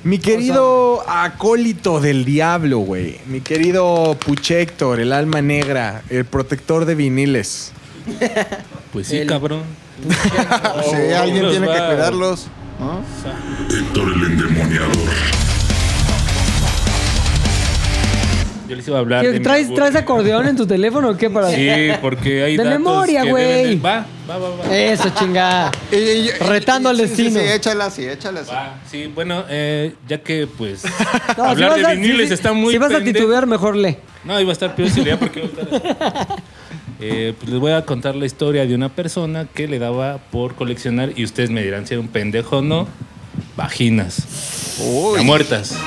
Mi querido acólito del diablo, güey. Mi querido Puchector, el alma negra, el protector de viniles. Pues sí, El- cabrón. Oh, Sí, alguien Los tiene que va. cuidarlos. ¿no? Héctor el endemoniador. Yo les iba a hablar. de mi ¿Traes, abuelo. ¿Traes acordeón en tu teléfono o qué para Sí, porque hay De datos memoria, que güey. deben de- Va, va, va, va. Eso, chingada. Retando al Sí, destino. sí, échala así, échala así. Sí, bueno, eh, ya que pues No, si hablar vas a- de viniles si- está muy Si vas a pende- titubear, mejor lee. No, iba a estar peor si leía porque iba a estar así. Eh, pues les voy a contar la historia de una persona que le daba por coleccionar, y ustedes me dirán si era un pendejo o no, vaginas. Ya muertas.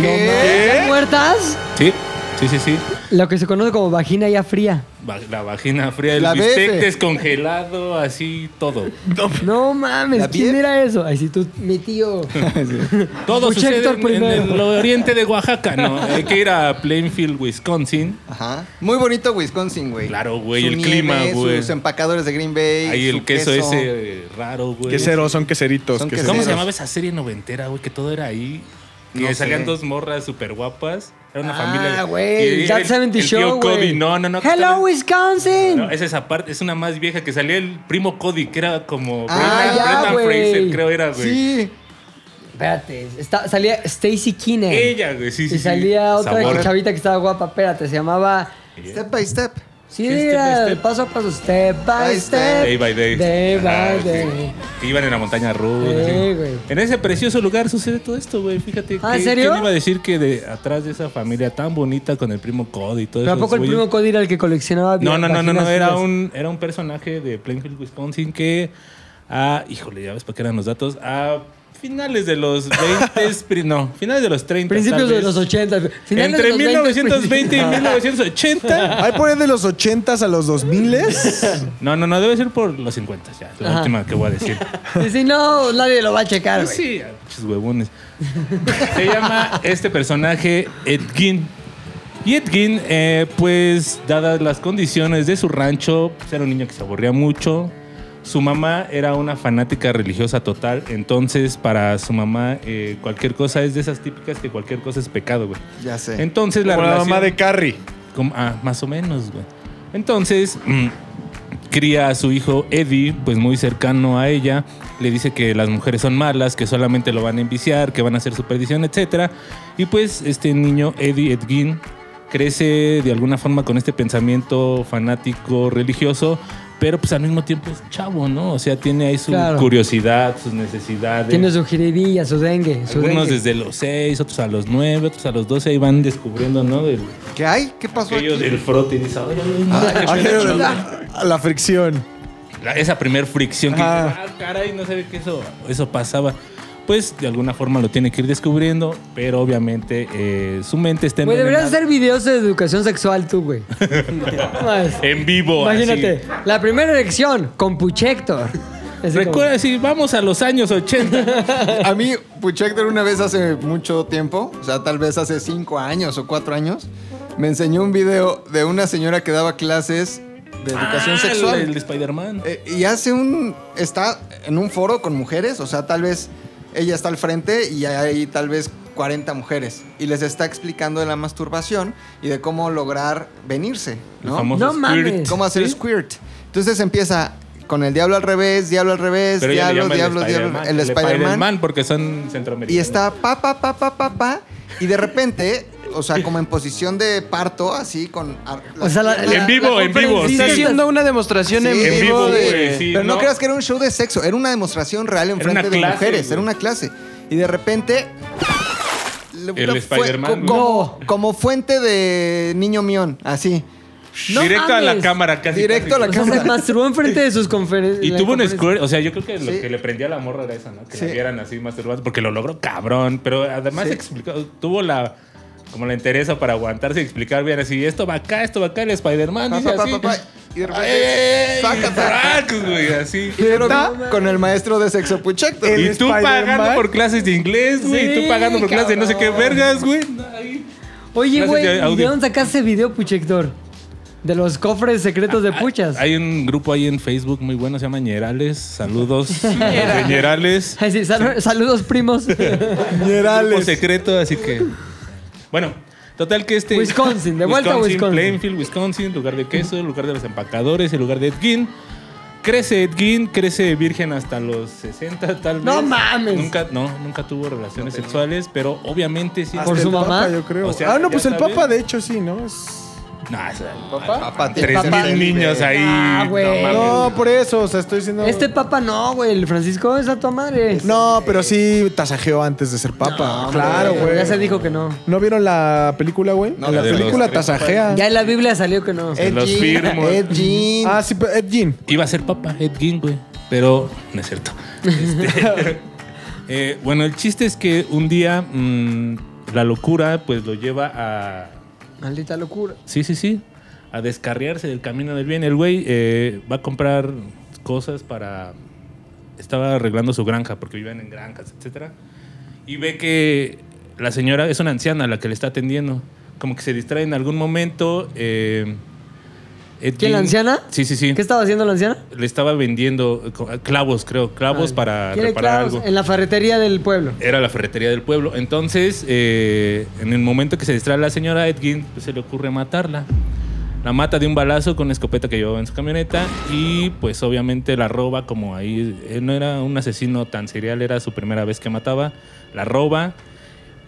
¿Qué? ¿Están muertas? Sí, sí, sí, sí. Lo que se conoce como vagina ya fría. Va- La vagina fría, el La bistec BF. descongelado, así todo. No mames, ¿La ¿quién era eso? Ay, si tú, mi tío. Todo Puche sucede Héctor en- en, primero. el oriente de Oaxaca, ¿no? Hay que ir a Plainfield, Wisconsin. Ajá. Muy bonito Wisconsin, güey. Claro, güey, Su el nieve, clima, güey. Sus empacadores de Green Bay. Ahí el su queso, ese eh, raro, güey. Queseros, son queseritos. Son queseros. ¿Cómo se llamaba esa serie noventera, güey? Que todo era ahí. Que No salían sé. dos morras súper guapas. Era una Ah, familia. güey, y That el- 70 el tío Show, güey. Cody. No, no, no. que Hello, estaba- Wisconsin. No, esa es esa parte, es una más vieja que salía el primo Cody, que era como Ah, Brendan- ya, Brendan güey. Fraser, creo era, güey. Sí. Espérate, está- salía Stacy Keenan. Ella, güey, sí, sí, Y sí. salía otra Sabor. chavita que estaba guapa, espérate, se llamaba Step by step. Sí, era paso a paso, step by este, step. Day by day. Day by Ajá, sí. day. Que iban en la montaña rusa. Sí, sí. güey. En ese precioso lugar sucede todo esto, güey. Fíjate. Ah, ¿en ¿qué- serio? ¿Quién iba a decir que de atrás de esa familia tan bonita con el primo Cody y todo ¿Pero a eso? poco el primo Cody era el que coleccionaba No, no, no, no, no, vaginas Era frías? un, era un personaje de Plainfield, Wisconsin que. Ah, híjole, ya ves para qué eran los datos. A finales de los 20. pri- no, finales de los 30. Principios tal de vez. los 80. finales Entre de los pues. 1920 y 1980. Ahí por ahí de los 80s a los 2000s. No, no, no, debe ser por los 50 ya. es La Ajá. última que voy a decir. Y si no, nadie lo va a checar, güey. Sí, Pinches huevones. Se llama este personaje Ed Gein. Y Ed Gein, eh, pues, dadas las condiciones de su rancho, pues, era un niño que se aburría mucho. Su mamá era una fanática religiosa total, entonces para su mamá eh, cualquier cosa es de esas típicas que cualquier cosa es pecado, güey. Ya sé. Entonces la Como la relación- mamá de Carrie. Como- ah, más o menos, güey. Entonces, mm, cría a su hijo Eddie, pues muy cercano a ella. Le dice que las mujeres son malas, que solamente lo van a enviciar, que van a hacer su perdición, etc. Y pues este niño, Eddie Edgin, crece de alguna forma con este pensamiento fanático religioso, pero pues al mismo tiempo es chavo, ¿no? O sea, tiene ahí su Claro. curiosidad, sus necesidades. Tiene su jiribilla, su dengue. Su Algunos dengue. desde los 6, otros a los 9, otros a los 12, ahí van descubriendo, ¿no? El- ¿Qué hay? ¿Qué pasó aquello aquí? del frote y dices, "Ay, Ah, ay, ay, qué Aquello de chula". la, la fricción. La- Esa primer fricción que Ajá. dices, "Ah, caray, no sabía que eso, eso pasaba. Pues de alguna forma lo tiene que ir descubriendo, pero obviamente eh, su mente está en Güey, Pues, deberías hacer videos de educación sexual tú, güey. Más. en vivo. así. Imagínate, la primera elección con Puchector. Así Recuerda, si vamos a los años 80. A mí, Puchector una vez hace mucho tiempo, o sea, tal vez hace cinco años o cuatro años, me enseñó un video de una señora que daba clases de educación Ah, sexual. El, el de Spider-Man. Eh, y hace un. Está en un foro con mujeres, o sea, tal vez ella está al frente y hay tal vez 40 mujeres. Y les está explicando de la masturbación y de cómo lograr venirse, El ¿no? famoso No mames. squirt. ¿Cómo hacer squirt? Entonces empieza con el diablo al revés, diablo al revés, pero ella le diablo, llama diablo, el diablo, Spider-Man. el Spider-Man. porque son centroamericanos. Y está pa, pa, pa, pa, pa, pa. Y de repente, o sea, como en posición de parto, así, con... ar- O sea, la- En vivo, en vivo. Está sí. haciendo una demostración Sí, en vivo. de- güey, sí, Pero no, no. creas que era un show de sexo, era una demostración real en Era frente una de clase, mujeres, güey. era una clase. Y de repente. le- El fue Spider-Man, Como, como fuente de niño mión, así. Directo a la mames. cámara, casi. Directo a la casi. como- o sea, se cámara. masturbó enfrente de sus conferencias. Y tuvo un squirt, o sea, yo creo que lo Sí. que le prendía a la morra era esa, ¿no? Que Sí. la vieran así masturbando, porque lo logró cabrón, pero además Sí. explicó, tuvo la como la interesa para aguantarse y explicar bien así, esto va acá, esto va acá, el Spider-Man Pa, dice pa, pa, así. pa, pa, y de repente, ¡Ey! sácate. ¡Sacas, güey! Así. Y era con el maestro de sexo Puchector. El Y tú Spider-Man. pagando por clases de inglés, güey. y Sí, tú pagando por clases de no sé qué cabrón. vergas, güey. No, ahí. Oye, Gracias, güey, ya, ¿y audio. ¿de dónde sacaste video, Puchector? De los cofres secretos de puchas. Hay un grupo Ah, ahí en Facebook muy bueno, se llama Ñerales. Saludos. Ñerales. Ay, sí, sal- saludos, primos. Grupo secreto, así que. Bueno, total que este. Wisconsin, de vuelta a Wisconsin. Plainfield, Wisconsin, lugar de queso, lugar de los empacadores, el lugar de Ed Gein. Crece Ed Gein, crece virgen hasta los 60, tal vez. No mames. Nunca, no, nunca tuvo relaciones sexuales, pero obviamente sí. Por Hasta su el mamá. Papa, yo creo. O sea, ah, no, ya pues el está Papa, de bien. hecho, sí, ¿no? Es- Nah, o sea, Papá, papá, tres papá. mil niños ahí. Ah, güey. mames. No, por eso, o sea, estoy diciendo. Este papa no, güey. El Francisco es a tu madre. No, pero sí tasajeó antes de ser Papa. claro, güey. Ya se dijo que no. ¿No vieron la película, güey? No, la la de los película tres tasajea. Ya en la Biblia salió que no. Eh. Se los Jean, firmo. Ed Jean. Ah, sí, pero Ed Gein. Iba a ser papa, Ed Gein, güey. Pero no es cierto. Este, eh, bueno, el chiste es que un día mm, la locura pues lo lleva a... Maldita locura. Sí, sí, sí. A descarriarse del camino del bien. El güey eh, va a comprar cosas para... Estaba arreglando su granja porque vivían en granjas, etcétera. Y ve que la señora es una anciana la que le está atendiendo. Como que se distrae en algún momento. eh, Ed ¿Quién, la Gein- anciana? Sí, sí, sí ¿Qué estaba haciendo la anciana? le estaba vendiendo eh, co- clavos, creo, clavos Ah, para ¿quiere reparar clavos? algo. En la ferretería del pueblo. Era la ferretería del pueblo. Entonces, eh, en el momento que se distrae la señora Edgin, pues, se le ocurre matarla. La mata de un balazo con una escopeta que llevaba en su camioneta y pues obviamente la roba como eh, ahí. Él no era un asesino tan serial, era su primera vez que mataba. La roba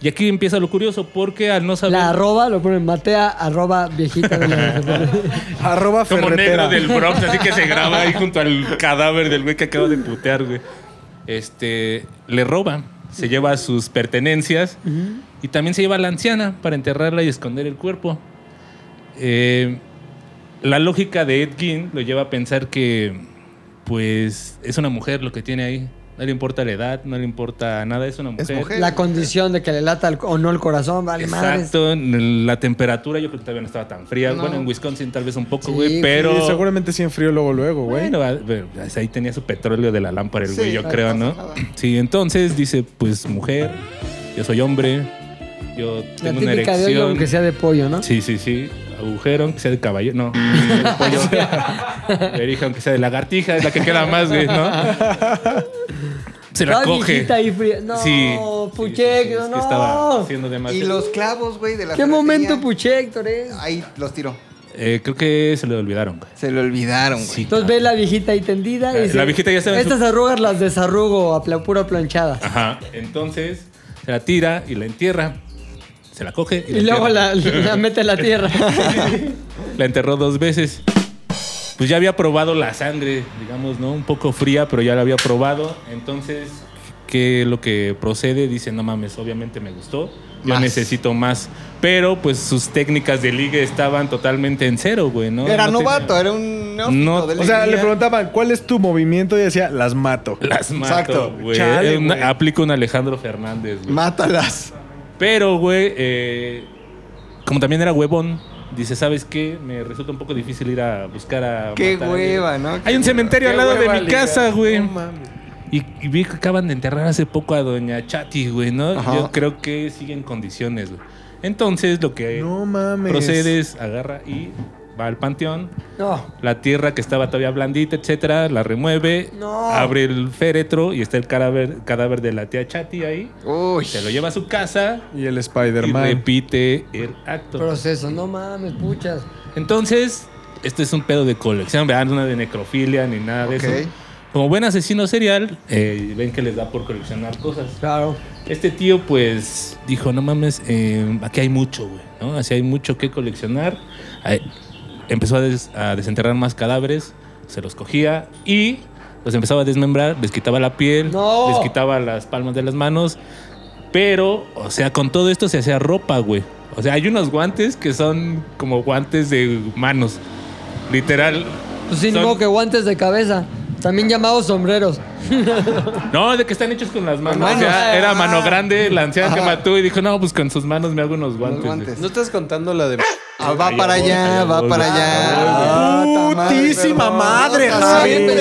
Y aquí empieza lo curioso, porque al no saber... La arroba lo ponen matea, arroba viejita. de la- Arroba Como ferretera. negro del Bronx, así que se graba ahí junto al cadáver del güey que acaba de putear, güey. Este, le roban, se lleva sus pertenencias y también se lleva a la anciana para enterrarla y esconder el cuerpo. Eh, la lógica de Ed Gein lo lleva a pensar que, pues, es una mujer lo que tiene ahí. No le importa la edad, no le importa nada, es una mujer. La condición de que le lata el- o no el corazón, vale madres. Exacto, en la temperatura yo creo que todavía no estaba tan fría. No. Bueno, en Wisconsin tal vez un poco, Sí, güey, güey. pero... Sí, seguramente sí enfrió luego, luego, güey. Bueno, va- pero, o sea, ahí tenía su petróleo de la lámpara el Sí, güey, yo no creo, pasa ¿no? nada. Sí, entonces dice, pues mujer, yo soy hombre, yo La tengo una típica de hoy, erección. aunque sea de pollo, ¿no? Sí, sí, sí. Agujero, aunque sea de caballo. No, de pollo. Verija, aunque sea de lagartija, es la que queda más, güey, ¿no? Se la Toda coge. viejita ahí fría. No, Sí, Puchec, no. que estaba haciendo de más. Y los clavos, güey, de la ¿Qué ferretería, momento, Puchec, Torres? Ahí los tiró. Eh, creo que se le olvidaron, güey. Se le olvidaron, güey. Entonces ve la viejita ahí tendida. y La- dice, la viejita ya estaba en su- Ah, Estas arrugas las desarrugo a pla- pura planchada. Ajá. Entonces, se la tira y la entierra. Se la coge. Y luego la, entierra. la mete en la tierra. La enterró dos veces. Pues ya había probado la sangre, digamos, ¿no? Un poco fría, pero ya la había probado. Entonces, ¿qué es lo que procede? Dice, no mames, obviamente me gustó. Yo Más. necesito más. Pero, pues, sus técnicas de ligue estaban totalmente en cero, güey, ¿no? era No tenía- novato, era un neófito No, de O sea, le liga. preguntaban, ¿cuál es tu movimiento? Y decía, las mato. Las mato, eh. Exacto. güey. Chale, Era una- güey. Aplica un Alejandro Fernández, güey. Mátalas. Pero, güey, eh, como también era huevón, dice, ¿sabes qué? Me resulta un poco difícil ir a buscar a... Qué matar a alguien". hueva, ¿no? Hay un cementerio Qué al lado de hueva mi ligar. casa, güey. No mames. Y, y vi que acaban de enterrar hace poco a doña Chati, güey, ¿no? Ajá. Yo creo que sigue en condiciones, güey. Entonces, lo que No mames. procedes, agarra y va al panteón. No. La tierra que estaba todavía blandita, etcétera, la remueve, No. abre el féretro y está el cadáver, cadáver de la tía Chati ahí. Se lo lleva a su casa Y el y Spider-Man. repite el acto. Proceso, no mames, puchas. Entonces, esto es un pedo de colección, vean, no de necrofilia ni nada de Ok. eso. Como buen asesino serial, eh, ven que les da por coleccionar cosas. Claro. Este tío, pues, dijo, no mames, eh, aquí hay mucho, güey, ¿no? Así hay mucho que coleccionar. Ay, empezó a, des- a desenterrar más cadáveres, se los cogía y los empezaba a desmembrar, les quitaba la piel, No. les quitaba las palmas de las manos. Pero, o sea, con todo esto se hacía ropa, güey. O sea, hay unos guantes que son como guantes de manos. Literal. Pues sí, ni Son- modo que guantes de cabeza. También llamados sombreros. No, de que están hechos con las manos. manos. O sea, era Ah. mano grande, la anciana que mató y dijo, no, pues con sus manos me hago unos guantes. güey". ¿No estás contando la de... Ah, va Allá para voy, allá, allá va voy, para güey. allá. Ah, Putísima madre, Javi. ¿Cómo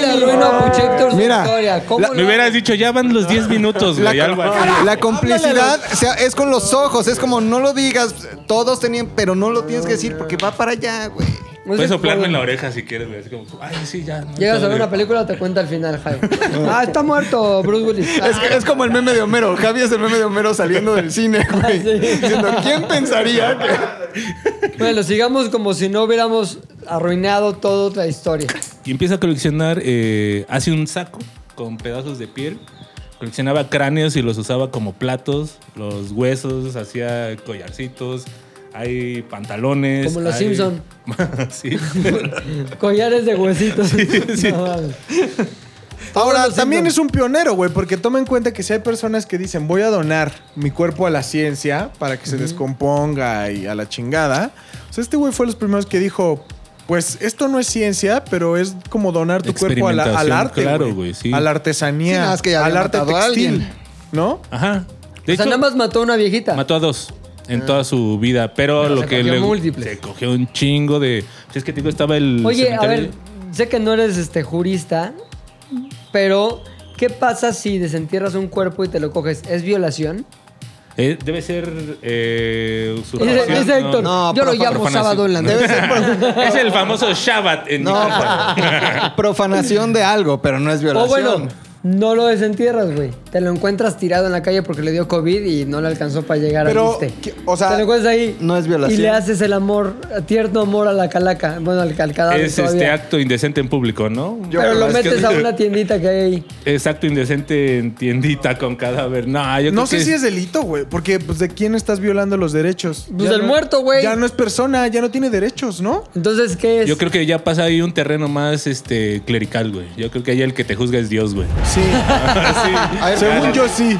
le arruino a Puchector su Mira, historia? ¿Cómo La- lo- me hubieras dicho, ya van los 10 minutos, La, güey. algo así. la complicidad o sea, es con los ojos, es como no lo digas, todos tenían, pero no lo tienes que decir porque va para allá, güey. Puedes soplarme en la oreja si quieres, güey. Así como, ay, sí, ya. no, Pues Llegas a todo ver una bien. película, te cuenta al final, Javi. ah, está muerto Bruce Willis. Es, es como el meme de Homero. Javi es el meme de Homero saliendo del cine, güey. Diciendo, ¿quién pensaría que.? Bueno, sigamos como si no hubiéramos arruinado toda la historia. Y empieza a coleccionar, eh, hace un saco con pedazos de piel. Coleccionaba cráneos y los usaba como platos, los huesos, hacía collarcitos, hay pantalones. Como los hay- Simpson. sí. Collares de huesitos. sí. No mames. Ahora, Todos los Pues también síntomas. es un pionero, güey, porque toma en cuenta que si hay personas que dicen, voy a donar mi cuerpo a la ciencia para que se descomponga y a la chingada. O sea, este güey fue los primeros que dijo, pues esto no es ciencia, pero es como donar tu cuerpo a la- al Experimentación, arte. claro, güey, güey, sí. A la Sí, nada artesanía, más que ya al había arte matado a textil. alguien. ¿no? Ajá. De o sea, hecho, nada más mató a una viejita. mató a dos en toda su vida, pero, Pero lo se que cogió le múltiples. se cogió un chingo de. si Es que te digo, estaba el. Oye, a cementerio- ver, sé que no eres este jurista, pero ¿qué pasa si desentierras un cuerpo y te lo coges? ¿Es violación? Eh, debe ser eh, Dice, usurpación. dice Héctor, No, yo lo profanación. llamo sábado en la noche. Debe ser por- Es el famoso Shabbat en No, Nicaragua. profanación de algo, pero no es O violación. bueno, no lo desentierras, güey. Te lo encuentras tirado en la calle porque le dio COVID y no le alcanzó para llegar Pero, al ¿qué- viste. o sea, te lo encuentras ahí. no es violación. Y le haces el amor, tierno amor a la calaca. Bueno, al, al cadáver Es este todavía. acto indecente en público, ¿no? Pero lo metes a una tiendita que hay ahí. Es acto indecente en tiendita con cadáver. No, yo creo No sé que- si es delito, güey, porque pues, ¿de quién estás violando los derechos? Pues Ya del no- muerto, güey. Ya no es persona, ya no tiene derechos, ¿no? Entonces, ¿qué es? Yo creo que ya pasa ahí un terreno más este clerical, güey. Yo creo que ahí el que te juzga es Dios, güey. Sí. A ver, Según yo sí.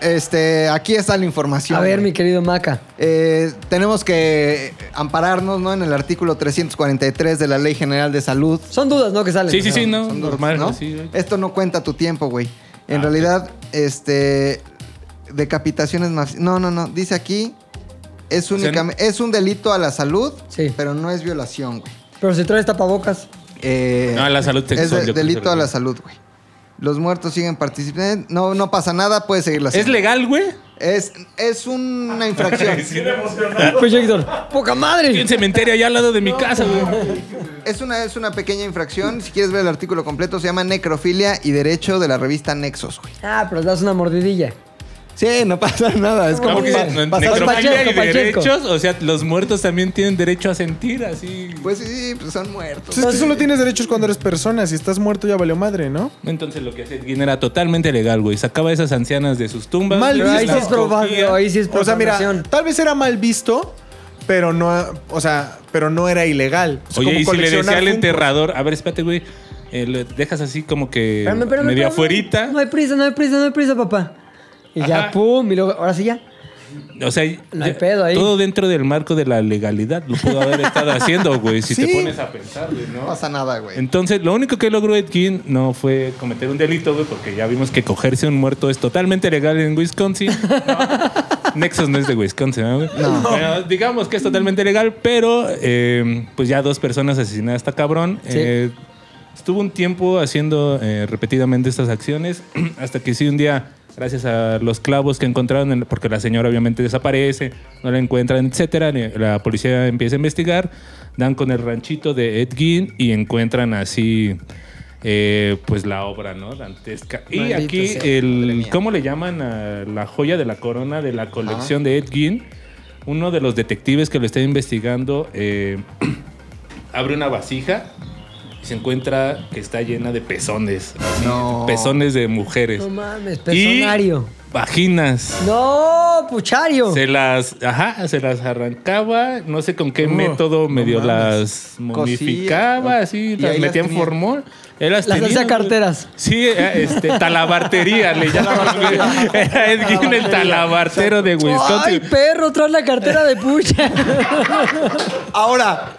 Este, aquí está la información. A ver, mi querido Maca. Eh, tenemos que ampararnos ¿no? en el artículo 343 de la Ley General de Salud. Son dudas, ¿no? Que salen. Sí, sí, sí, no, Son dudas, normal, ¿no? sí, güey. Ah, Esto no cuenta tu tiempo, güey. En realidad, este. Decapitaciones más. No, no, no. Dice aquí. Es, sea, únicamente, es un delito a la salud, Sí. pero no es violación, güey. Pero si traes tapabocas. Eh, No, a Ah, la salud es sexual, de- yo creo que delito se a la refiere. salud, güey. Los muertos siguen participando. eh, No, no pasa nada, puedes seguir la ¿Es legal, güey? Es, es una infracción. Proyector. Pues, ¡Poca Hay madre! un cementerio allá al lado de mi casa, güey. Es una, es una pequeña infracción. Si quieres ver el artículo completo, se llama Necrofilia y Derecho de la revista Nexos, güey. Ah, pero das una mordidilla. Sí, no pasa nada. Es No, como porque pa- ne- pasar- necrofilia y Pacheco, Pacheco. derechos, o sea, los muertos también tienen derecho a sentir, así. Pues sí, pues son muertos. Entonces tú solo tienes derechos cuando eres persona. Si estás muerto ya valió madre, ¿no? Entonces lo que hacía Edwin era totalmente legal, güey. Sacaba a esas ancianas de sus tumbas. Mal güey, Pero ahí visto. sí las es probable. cogía. Ahí sí es O sea, mira, profanación. tal vez era mal visto, pero no, o sea, pero no era ilegal. Es como Oye, y si le decía coleccionar al Funkos. enterrador, a ver, espérate, güey. eh, lo dejas así como que Espérame, espérame, medio Eh, espérame. afuerita. No hay prisa, no hay prisa, no hay prisa, papá. Y ya, Ajá. pum, y luego, ahora sí ya. O sea, No hay ya- pedo ahí. todo dentro del marco de la legalidad lo pudo haber estado haciendo, güey, si te Sí. pones a pensar, güey, No ¿no? pasa nada, güey. Entonces, lo único que logró Edkin no fue cometer un delito, güey, porque ya vimos que cogerse un muerto es totalmente legal en Wisconsin. No. Nexus no es de Wisconsin, ¿no? güey? Bueno, digamos que es totalmente legal, pero eh, pues ya dos personas asesinadas está cabrón. Sí. Eh, estuvo un tiempo haciendo eh, repetidamente estas acciones hasta que sí un día gracias a los clavos que encontraron en- porque la señora obviamente desaparece no la encuentran etcétera le- la policía empieza a investigar dan con el ranchito de Ed Gein y encuentran así eh, pues la obra no dantesca y Maldita aquí sea, madre el mía. cómo le llaman a la joya de la corona de la colección de Ed Gein uno de los detectives que lo está investigando eh, abre una vasija y se encuentra que está llena de pezones. así, No. Pezones de mujeres. No mames, Y personario. vaginas. No, puchario. Se las, ajá, se las arrancaba, no sé con qué método medio las momificaba, Cosía. así, Y las ahí las metía en tenía. formol. Él las Las tenía, hacía güey. carteras. Sí, eh, este, talabartería le llamaban. güey. Era Ed Gein, el talabartero de Ay, Wisconsin. perro, traes la cartera de pucha. Ahora,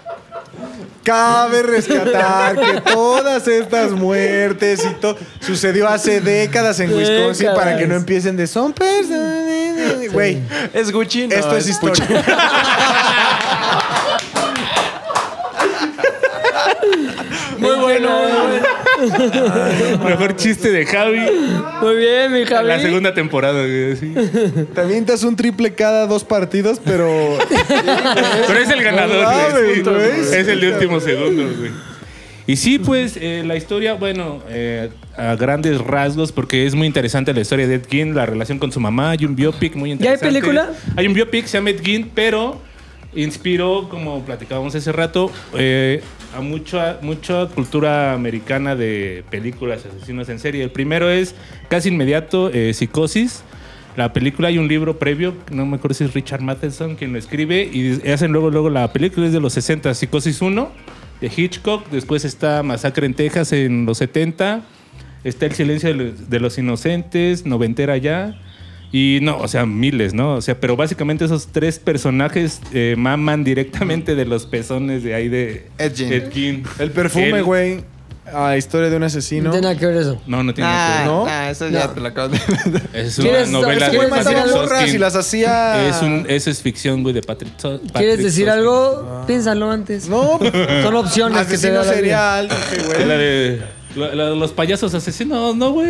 cabe rescatar que todas estas muertes y todo sucedió hace décadas en Wisconsin Décadas. para que no empiecen de son personas. Güey, Es Gucci. no, esto es historia. Muy bueno. Mejor chiste de Javi. Muy bien, mi Javi. La segunda temporada, güey, sí. Te avientas un triple cada dos partidos, pero Pero es el No ganador, mames, güey. Sí, güey. Es el de último segundo, güey. Y sí, pues eh, la historia, bueno, eh, a grandes rasgos, porque es muy interesante la historia de Ed Gein, la relación con su mamá. Hay un biopic muy hay interesante. película? Hay un biopic, se llama Ed Gein, pero inspiró, como platicábamos hace rato, eh, a mucha, mucha cultura americana de películas asesinos en serie. El primero es casi inmediato, eh, Psicosis. La película hay un libro previo, no me acuerdo si es Richard Matheson quien lo escribe, y hacen luego, luego la película, es de los 60, Psicosis 1, de Hitchcock, después está Masacre en Texas en los 70, está El Silencio de los- de los Inocentes, noventera ya, y no, o sea, miles, ¿no? O sea, pero básicamente esos tres personajes eh, maman directamente de los pezones de ahí de Ed Gein. Gein. el perfume, Él- güey, a historia de un asesino. No tiene nada que ver eso. No, no tiene Ah, nada ¿no? ah, eso ya te lo acabo de que ver. Es ¿Quieres- una novela ese de güey Patrick mataba Mataba morras Susskind. y las hacía. Es un, eso es ficción, güey, de Patrick So- ¿Quieres Patrick decir Susskind. algo? Piénsalo antes. No, pues, Son opciones que te asesino da la vida. serial. Es la de Lo- lo- los payasos asesinos, no, güey.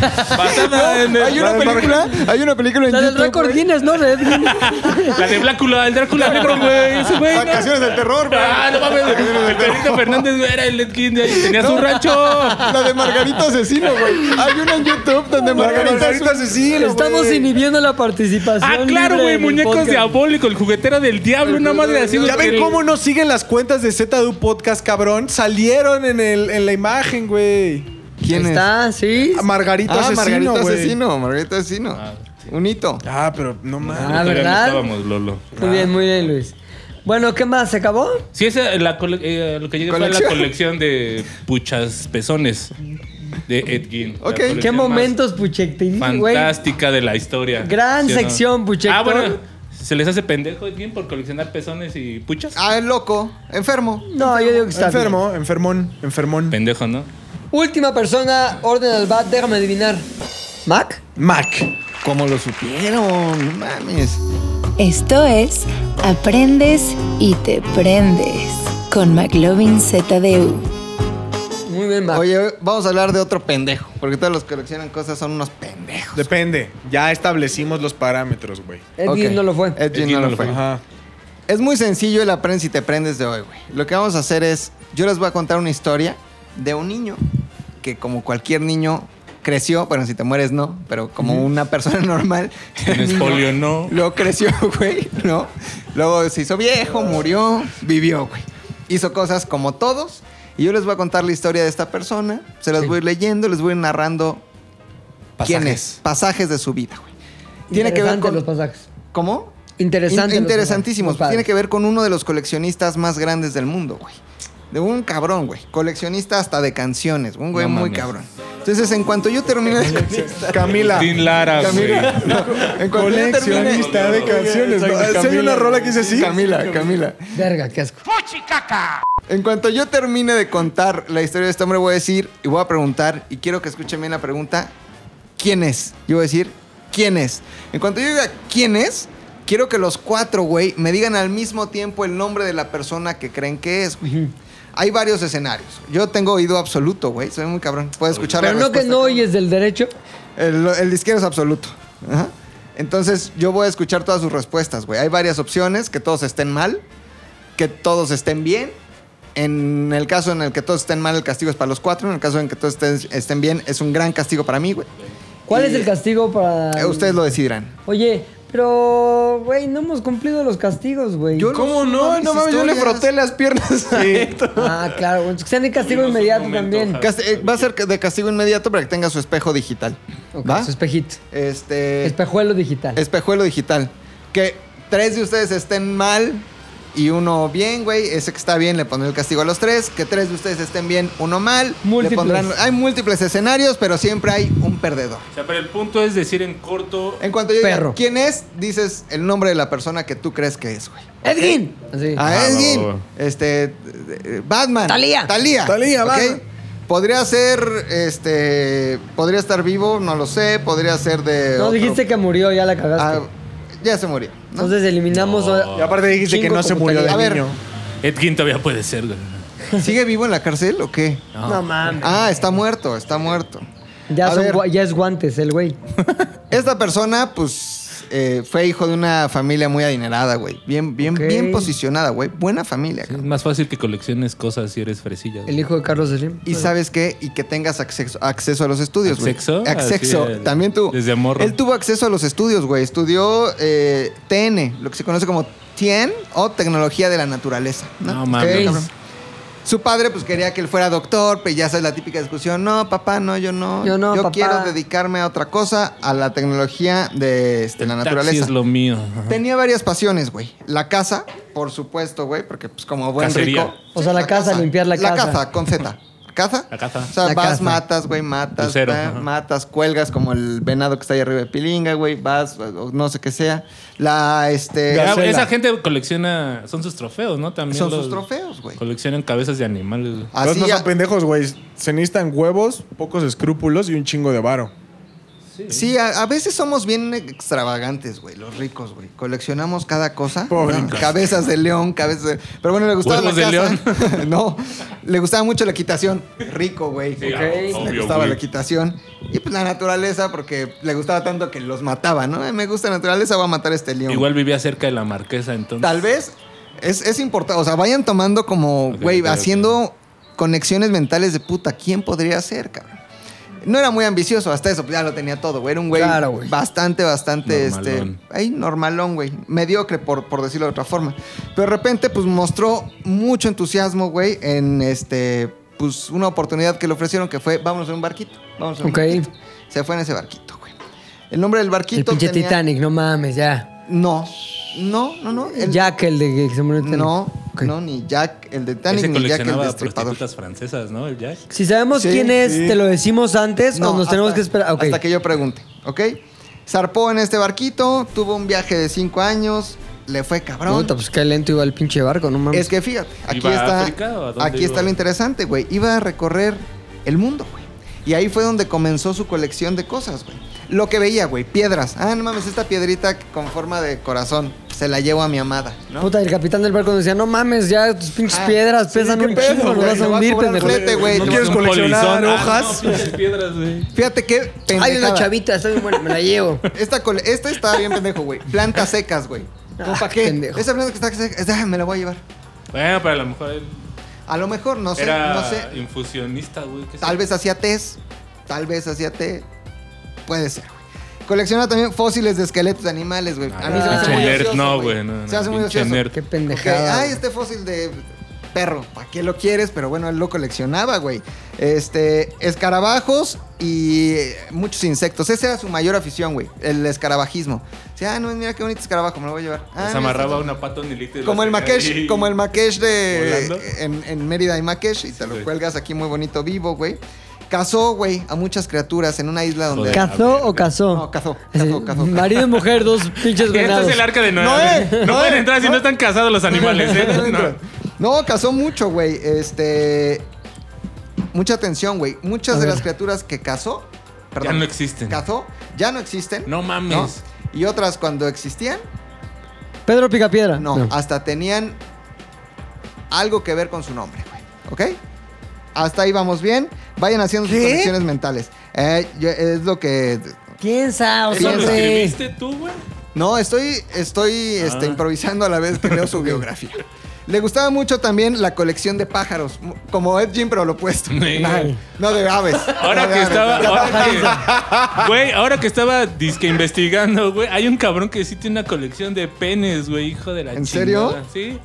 Basada en el- Hay una película, hay una película en La del YouTube, récord güey. Guinness, ¿no? Red La de Blácula, el Drácula negro, güey. Ese güey. ¿no? Vacaciones del terror, güey. Ah, no mames. El Perito Fernández güey, era el Ed King de ahí. Tenía su No. rancho. Ah, La de Margarito Asesino, güey. Hay una en YouTube donde Margarito, Margarito es un- Asesino, Estamos inhibiendo la participación. Ah, claro, libre güey. en el Muñecos podcast. diabólicos. El juguetero del diablo. Una madre así. Ya güey, ven que- cómo nos siguen las cuentas de ZDU Podcast, cabrón. Salieron en, el, en la imagen, güey. ¿Quién Ahí es? Está, sí. A Margarito Ah, Asesino, Margarito güey. Asesino, Margarito Asesino. Un hito. Ah, pero no mames. Ah, Todavía no ¿verdad? estábamos, Lolo. Muy bien, muy bien, Luis. Bueno, ¿qué más? ¿Se acabó? Sí, esa, la cole- eh, lo que llegué fue la ¿Colección? colección de puchas pezones de Ed Gein. La Ok. ¿Qué ¿Qué colección más momentos, Puchectín, güey? Fantástica de la historia. Gran ¿Sí o no? sección, Puchectón. Ah, bueno. Se les hace pendejo Ed Gein por coleccionar pezones y puchas. Ah, es loco. Enfermo. No, yo digo que está bien. Enfermo, enfermón, enfermón. Pendejo, ¿no? Última persona, orden al bat, déjame adivinar. ¿Mac? Mac. Como lo supieron, no mames. Esto es Aprendes y te prendes con McLovin ZDU. Muy bien, Mac. Oye, vamos a hablar de otro pendejo. Porque todos los que coleccionan cosas son unos pendejos. Depende. Ya establecimos los parámetros, güey. Edwin Ok. Eh, no lo fue. Edwin Edwin no, lo fue. Ajá. Es muy sencillo el aprende si te prendes de hoy, güey. Lo que vamos a hacer es, yo les voy a contar una historia de un niño que como cualquier niño creció, bueno, si te mueres no, pero como una persona normal. Tienes el niño polio, no. Luego creció, güey, ¿no? Luego se hizo viejo, murió, vivió, güey. Hizo cosas como todos. Y yo les voy a contar la historia de esta persona. Se las voy a ir leyendo, les voy a ir narrando quién es, pasajes de su vida, güey. Tiene que ver Interesante con... los pasajes. ¿Cómo? Interesante. In- los interesantísimos. pasajes. Muy Tiene que padre. ver con uno de los coleccionistas más grandes del mundo, güey. De un cabrón, güey. Coleccionista hasta de canciones. Un güey No muy mames. cabrón. Entonces, en cuanto yo termine de... Ah. Camila. Sin Lara, güey. Camila. no, en cuanto yo termine... Coleccionista de canciones. ¿no? Exacto, ¿Sí hay Camila. una rola que dice así? Camila, Camila. Verga, qué asco. En cuanto yo termine de contar la historia de este hombre, voy a decir y voy a preguntar, y quiero que escuchen bien la pregunta, ¿quién es? Yo voy a decir, ¿quién es? En cuanto yo diga, ¿quién es? Quiero que los cuatro, güey, me digan al mismo tiempo el nombre de la persona que creen que es, güey. Hay varios escenarios. Yo tengo oído absoluto, güey. Soy muy cabrón. Puedo escuchar la Pero no que respuesta no cada uno. oyes del derecho. El, el disquero es absoluto. Ajá. Entonces, yo voy a escuchar todas sus respuestas, güey. Hay varias opciones, que todos estén mal, que todos estén bien. En el caso en el que todos estén mal, el castigo es para los cuatro. En el caso en que todos estén, estén bien, es un gran castigo para mí, güey. ¿Cuál es el castigo para...? Eh, Ustedes lo decidirán. Oye, pero, güey, no hemos cumplido los castigos, güey. ¿Cómo no? No mames, yo le froté las piernas. Ah, claro. güey. Que sea de castigo inmediato también. eh, va a ser de castigo inmediato para que tenga su espejo digital. Ok, ¿Va? Su espejito. Este... Espejuelo digital. Espejuelo digital. Que tres de ustedes estén mal y uno bien, güey. Ese que está bien le pondré el castigo a los tres. Que tres de ustedes estén bien, uno mal. le Múltiples. pondrán- hay múltiples escenarios, pero siempre hay un perdedor. O sea, pero el punto es decir en corto. En cuanto yo diga Perro. quién es, dices el nombre de la persona que tú crees que es, güey. Edwin. eh, Así. A Ah, Edwin, va, va, va. este, eh, eh, Batman. Thalía. Talía. Thalía, Batman. Podría ser, este, podría estar vivo, no lo sé. Podría ser de. No eh, otro- dijiste que murió, ya la Ah, cagaste. ya se murió. ¿no? Entonces eliminamos. Y aparte dijiste que Chingo no se como murió te- de A ver. niño. Ed Gein todavía puede ser, güey. ¿Sigue vivo en la cárcel o qué? No, mames. Ah, está muerto, está muerto. ya, a son ver. gua- ya es guantes el güey. Esta persona, pues, eh, fue hijo de una familia muy adinerada, güey. Bien, bien, Ok. bien posicionada, güey. Buena familia, Es cabrón. más fácil que colecciones cosas si eres fresilla. güey. El hijo de Carlos Slim. Y sabes qué, y que tengas acceso, acceso a los estudios, güey. ¿Acceso? Acceso. Así es. También tú. Desde morro. Él tuvo acceso a los estudios, güey. Estudió eh, TN, lo que se conoce como TN o Tecnología de la Naturaleza. No, No mames. Ok, cabrón. Su padre, pues, quería que él fuera doctor, pero ya sabes la típica discusión. No, papá, no, yo no. Yo no, papá. quiero dedicarme a otra cosa, a la tecnología de este, la El taxi naturaleza. es lo mío. Ajá. Tenía varias pasiones, güey. La casa, por supuesto, güey, porque pues como buen Cacería. rico. O sea, la casa, limpiar la La casa. caza, con Z. ¿Caza? La caza. O sea, La vas, caza. matas, güey, matas, Lucero, eh, ajá. matas, cuelgas como el venado que está ahí arriba de Pilinga, güey, vas, o no sé qué sea. La, este... Ya, Gacela. Ah, esa gente colecciona. Son sus trofeos, ¿no? También. Son los- sus trofeos, güey. Ah, Coleccionan cabezas de animales. güey. Entonces Así no ya- son pendejos, güey. Se necesitan huevos, pocos escrúpulos y un chingo de varo. Sí, a, a veces somos bien extravagantes, güey, los ricos, güey. Coleccionamos cada cosa. Pobre. Cabezas de león, cabezas de... Pero bueno, le gustaba Huevos la de casa. no, le gustaba mucho la equitación. Rico, güey. Sí, Ok. obvio, le gustaba güey. la equitación. Y pues la naturaleza, porque le gustaba tanto que los mataba, ¿no? "Eh, Me gusta la naturaleza, voy a matar a este león. Igual vivía cerca de la marquesa, entonces. Tal vez es, es importante. O sea, vayan tomando como, güey, ok, ok. haciendo conexiones mentales de puta. ¿Quién podría ser, cabrón? No era muy ambicioso hasta eso, pues ya lo tenía todo, güey. Era un güey Claro, güey. bastante, bastante, Normalón. este. Ahí, normalón, güey. Mediocre, por, por decirlo de otra forma. Pero de repente, pues mostró mucho entusiasmo, güey, en este. Pues una oportunidad que le ofrecieron que fue: vámonos en un barquito. Vámonos en Ok. un barquito. Se fue en ese barquito, güey. El nombre del barquito. El pinche tenía- Titanic, no mames, ya. No. No, no, no. El- Jack, el de que se murió en Titanic. No, no, ni Jack el de Titanic, Ese ni Jack el coleccionaba destripador. prostitutas francesas, ¿no? El Jack. Si sabemos Sí, quién es, sí. te lo decimos antes o No, nos tenemos hasta- que esperar. Ok. Hasta que yo pregunte, ¿ok? Zarpó en este barquito, tuvo un viaje de cinco años, le fue cabrón. Puta, pues qué lento iba el pinche barco, no mames. Es que fíjate, aquí ¿Iba a está, África o a dónde aquí está iba? lo interesante, güey. Iba a recorrer el mundo, güey. Y ahí fue donde comenzó su colección de cosas, güey. Lo que veía, güey, piedras. Ah, no mames, esta piedrita con forma de corazón. Se la llevo a mi amada, ¿no? Puta, el capitán del barco nos decía, no mames, ya tus pinches Ah, piedras sí, pesan ¿qué un pedo, chingo, nos güey? vas Te a va a hundir, cobrar pendejo. flete, güey. No quieres coleccionar hojas. Ah, piedras, güey. Fíjate qué pendejada. Hay una chavita, está bien buena, me la llevo. Esta, cole- esta está bien pendejo, güey. Plantas secas, güey. ¿Cómo para qué? pendejo. Esa planta que está seca, es- ah, me la voy a llevar. Bueno, pero a lo mejor él A lo mejor, no sé, era no sé. infusionista, güey. ¿qué Tal sé? vez hacía tés. Tal vez hacía té. Puede ser, güey. Colecciona también fósiles de esqueletos de animales, güey. A mí se me hace pinche muy nerd, ocioso, Ah, no, güey. güey, no, Se no, hace muy pinche ocioso. nerd. Qué Ok, pendejada, Ay, güey. este fósil de perro. ¿Para qué lo quieres? Pero bueno, él lo coleccionaba, güey. Este, escarabajos y eh, muchos insectos. Esa era su mayor afición, güey. El escarabajismo. O sea, ah, no, mira qué bonito escarabajo, me lo voy a llevar. Ah, Se mira, amarraba está- una pata nilita y la como el tenía Makesh, ahí. como el Makesh ¿Volando? de en, en Mérida y Makesh, y te lo cuelgas aquí muy bonito vivo, güey. Cazó, güey, a muchas criaturas en una isla donde. ¿Cazó o cazó? Eh, No, cazó, cazó, cazó. Este Marido y mujer, dos pinches Y venados. Esto Este es el arca de Noé. no pueden entrar si no están casados los animales, ¿eh? No. No, cazó mucho, güey. Este. Mucha atención, güey. Muchas A de ver. las criaturas que cazó. Perdón. no existen. Cazó, ya no existen. No mames. Y otras cuando existían, Pedro Picapiedra. No, hasta tenían algo que ver con su nombre, güey. ¿Ok? Hasta ahí vamos bien. Vayan haciendo sus ¿Qué? conexiones mentales. Eh, yo- es lo que. Piensa, o ¿Eso lo siempre. escribiste tú, güey? No, estoy, estoy Ah. este, improvisando a la vez que leo su biografía. Le gustaba mucho también la colección de pájaros, mu- como Ed Jim, pero lo opuesto. No, no de aves. Ahora no de que aves. estaba. Ahora que, güey, ahora que estaba disque investigando, güey. Hay un cabrón que sí tiene una colección de penes, güey, hijo de la ¿En serio? chingada. Sí.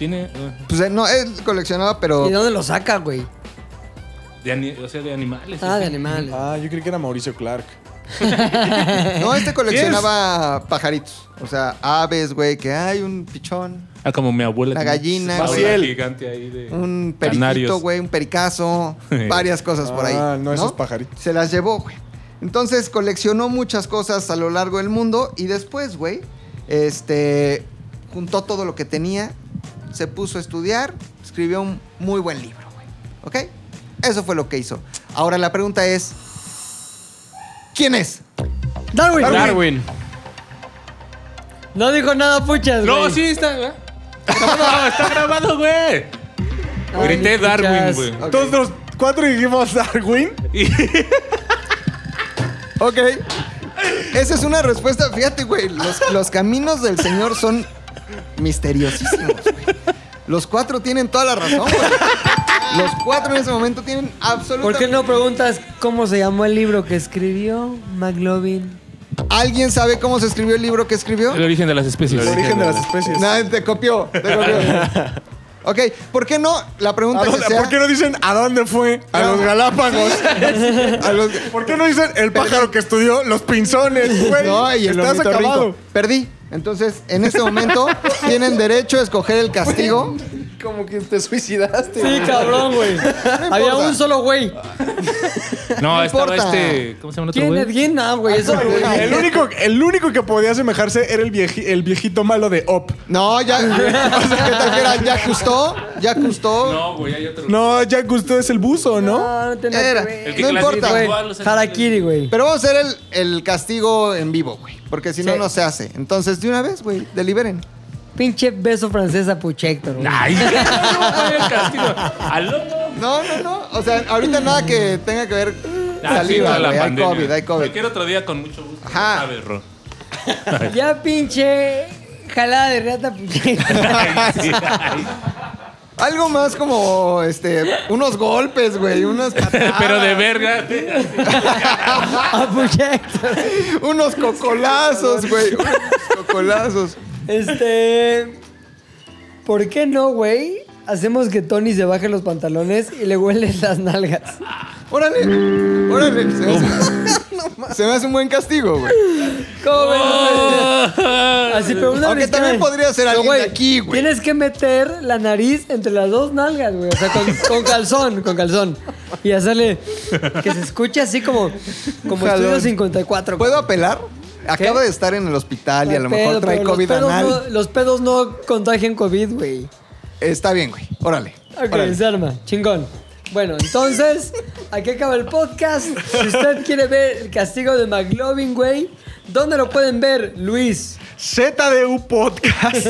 Tiene. uh, Pues eh, no, él coleccionaba, pero. ¿Y dónde lo saca, güey? de ani- o sea, de animales. Ah, de animales. Ah, yo creí que era Mauricio Clark. No, este coleccionaba pajaritos. O sea, aves, güey, que hay un pichón, Ah, como mi abuela. Una tenía gallina, una güey. bola gigante ahí de. un periquito, canarios. güey, un pericazo, Sí. varias cosas por ahí. Ah, no, esos pajaritos. Se las llevó, güey. Entonces coleccionó muchas cosas a lo largo del mundo y después, güey, este, juntó todo lo que tenía, se puso a estudiar, escribió un muy buen libro, güey. ¿Ok? Eso fue lo que hizo. Ahora la pregunta es, ¿quién es? Darwin. Darwin. No dijo nada, puchas, No, güey. sí, está. güey. No, está grabado, güey. Ay, Grité puchas. Darwin, güey. Todos los cuatro dijimos Darwin. Ok. Esa es una respuesta. Fíjate, güey. Los, los caminos del Señor son misteriosísimos, güey. Los cuatro tienen toda la razón, güey. Los cuatro en ese momento tienen ¿Por qué absolutamente. no preguntas cómo se llamó el libro que escribió McLovin? ¿Alguien sabe cómo se escribió el libro que escribió? El origen de las especies. El origen de las especies. Nadie te copió. Te copió. Ok, ¿por qué no? La pregunta ¿A que dónde- sea. ¿Por qué Ah, no dicen a dónde fue? A los Galápagos. A los- ¿Por qué no dicen el pájaro que estudió los pinzones? Güey, No, y el estás ornitorrinco. acabado. Perdí. Entonces, en este momento tienen derecho a escoger el castigo. Como que te suicidaste. Sí, cabrón, güey. Había importa. un solo güey. No, No importa. estaba este. ¿Cómo se llama el otro ¿Quién es güey? quién? Ah, güey, eso El único, el único que podía asemejarse era el, vieji- el viejito malo de Op. No, ya. O sea, ¿qué tal que era? ¿Ya ajustó? ¿Ya ajustó? No, güey, hay otro. No, Jack Gusto es el buzo, ¿no? Ah, No, no tenía que Era. ver. El que No importa. clasificó a Güey, los animales. Harakiri, güey. Pero vamos a hacer el, el castigo en vivo, güey. Porque si no, Sí. no se hace. Entonces, de una vez, güey, deliberen. Pinche beso francés a Puchector. güey. No, no, no. O sea, ahorita nada que tenga que ver Ah, saliva, sí, no, güey. Hay pandemia. COVID, hay COVID. Cualquier otro día con mucho gusto. Ajá. A ver, Ro. ya pinche jalada de rata Puchector. Algo más como este, unos golpes, güey, unas patadas. Pero de verga. unos cocolazos, güey. Unos cocolazos. Este. ¿Por qué no, güey? Hacemos que Tony se baje los pantalones y le hueles las nalgas. Órale, órale. Se me hace, se me hace un buen castigo, güey. ¿Cómo ves? Así, pero una Aunque vez que también me- podría ser Pero, alguien de aquí, güey. Tienes que meter la nariz entre las dos nalgas, güey. O sea, con, con calzón, con calzón. Y hacerle que se escuche así como, como Jalón. Estudio 54. ¿Puedo apelar? Acaba de estar en el hospital y a lo mejor trae COVID los pedos, anal. no, los pedos no contagian COVID, güey. Está bien, güey. Órale. Ok, órale. se arma. Chingón. Bueno, entonces, aquí acaba el podcast. Si usted quiere ver el castigo de McLovin, güey, ¿dónde lo pueden ver, Luis? ZDU Podcast.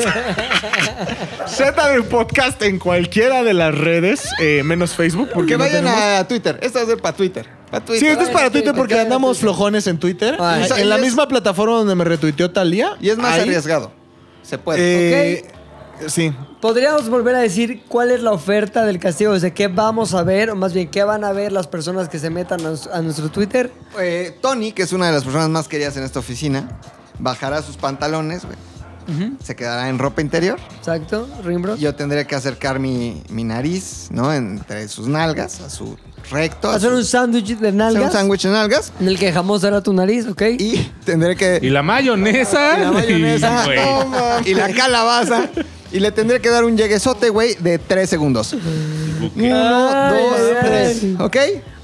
ZDU Podcast en cualquiera de las redes, eh, menos Facebook. Porque Que no vayan tenemos. a Twitter. Esto va a ser para Twitter. Pa' Twitter. Sí, esto es para Twitter porque andamos flojones en Twitter. Ay. En la misma plataforma donde me retuiteó Talía. Y es más arriesgado. pues, Se puede. Sí. Podríamos volver a decir cuál es la oferta del castigo, o sea, qué vamos a ver, o más bien, qué van a ver las personas que se metan a, nos- a nuestro Twitter. Eh, Tony, que es una de las personas más queridas en esta oficina, bajará sus pantalones, güey. Se quedará en ropa interior. Exacto, Rimbro. Yo tendré que acercar mi, mi nariz, ¿no? Entre sus nalgas, a su recto. a Hacer su- un sándwich de nalgas. Hacer un sándwich de nalgas. En el que jamón será tu nariz, ¿ok? Y tendré que. Y la mayonesa. Y la mayonesa. Y, güey. No, mames. Y la calabaza. Y le tendré que dar un lleguesote, güey, de tres segundos. Uno, Ay, dos, ay, tres. ay. ¿Ok?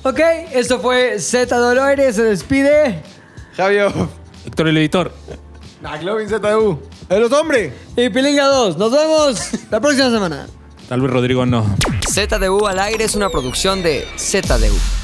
Ok, esto fue Z Dolores, se despide. Javier. Héctor el editor. McLovin ZU. ¡El hombre! Y Pilinga 2. Nos vemos la próxima semana. Tal vez Rodrigo no. ZDU al aire es una producción de ZDU.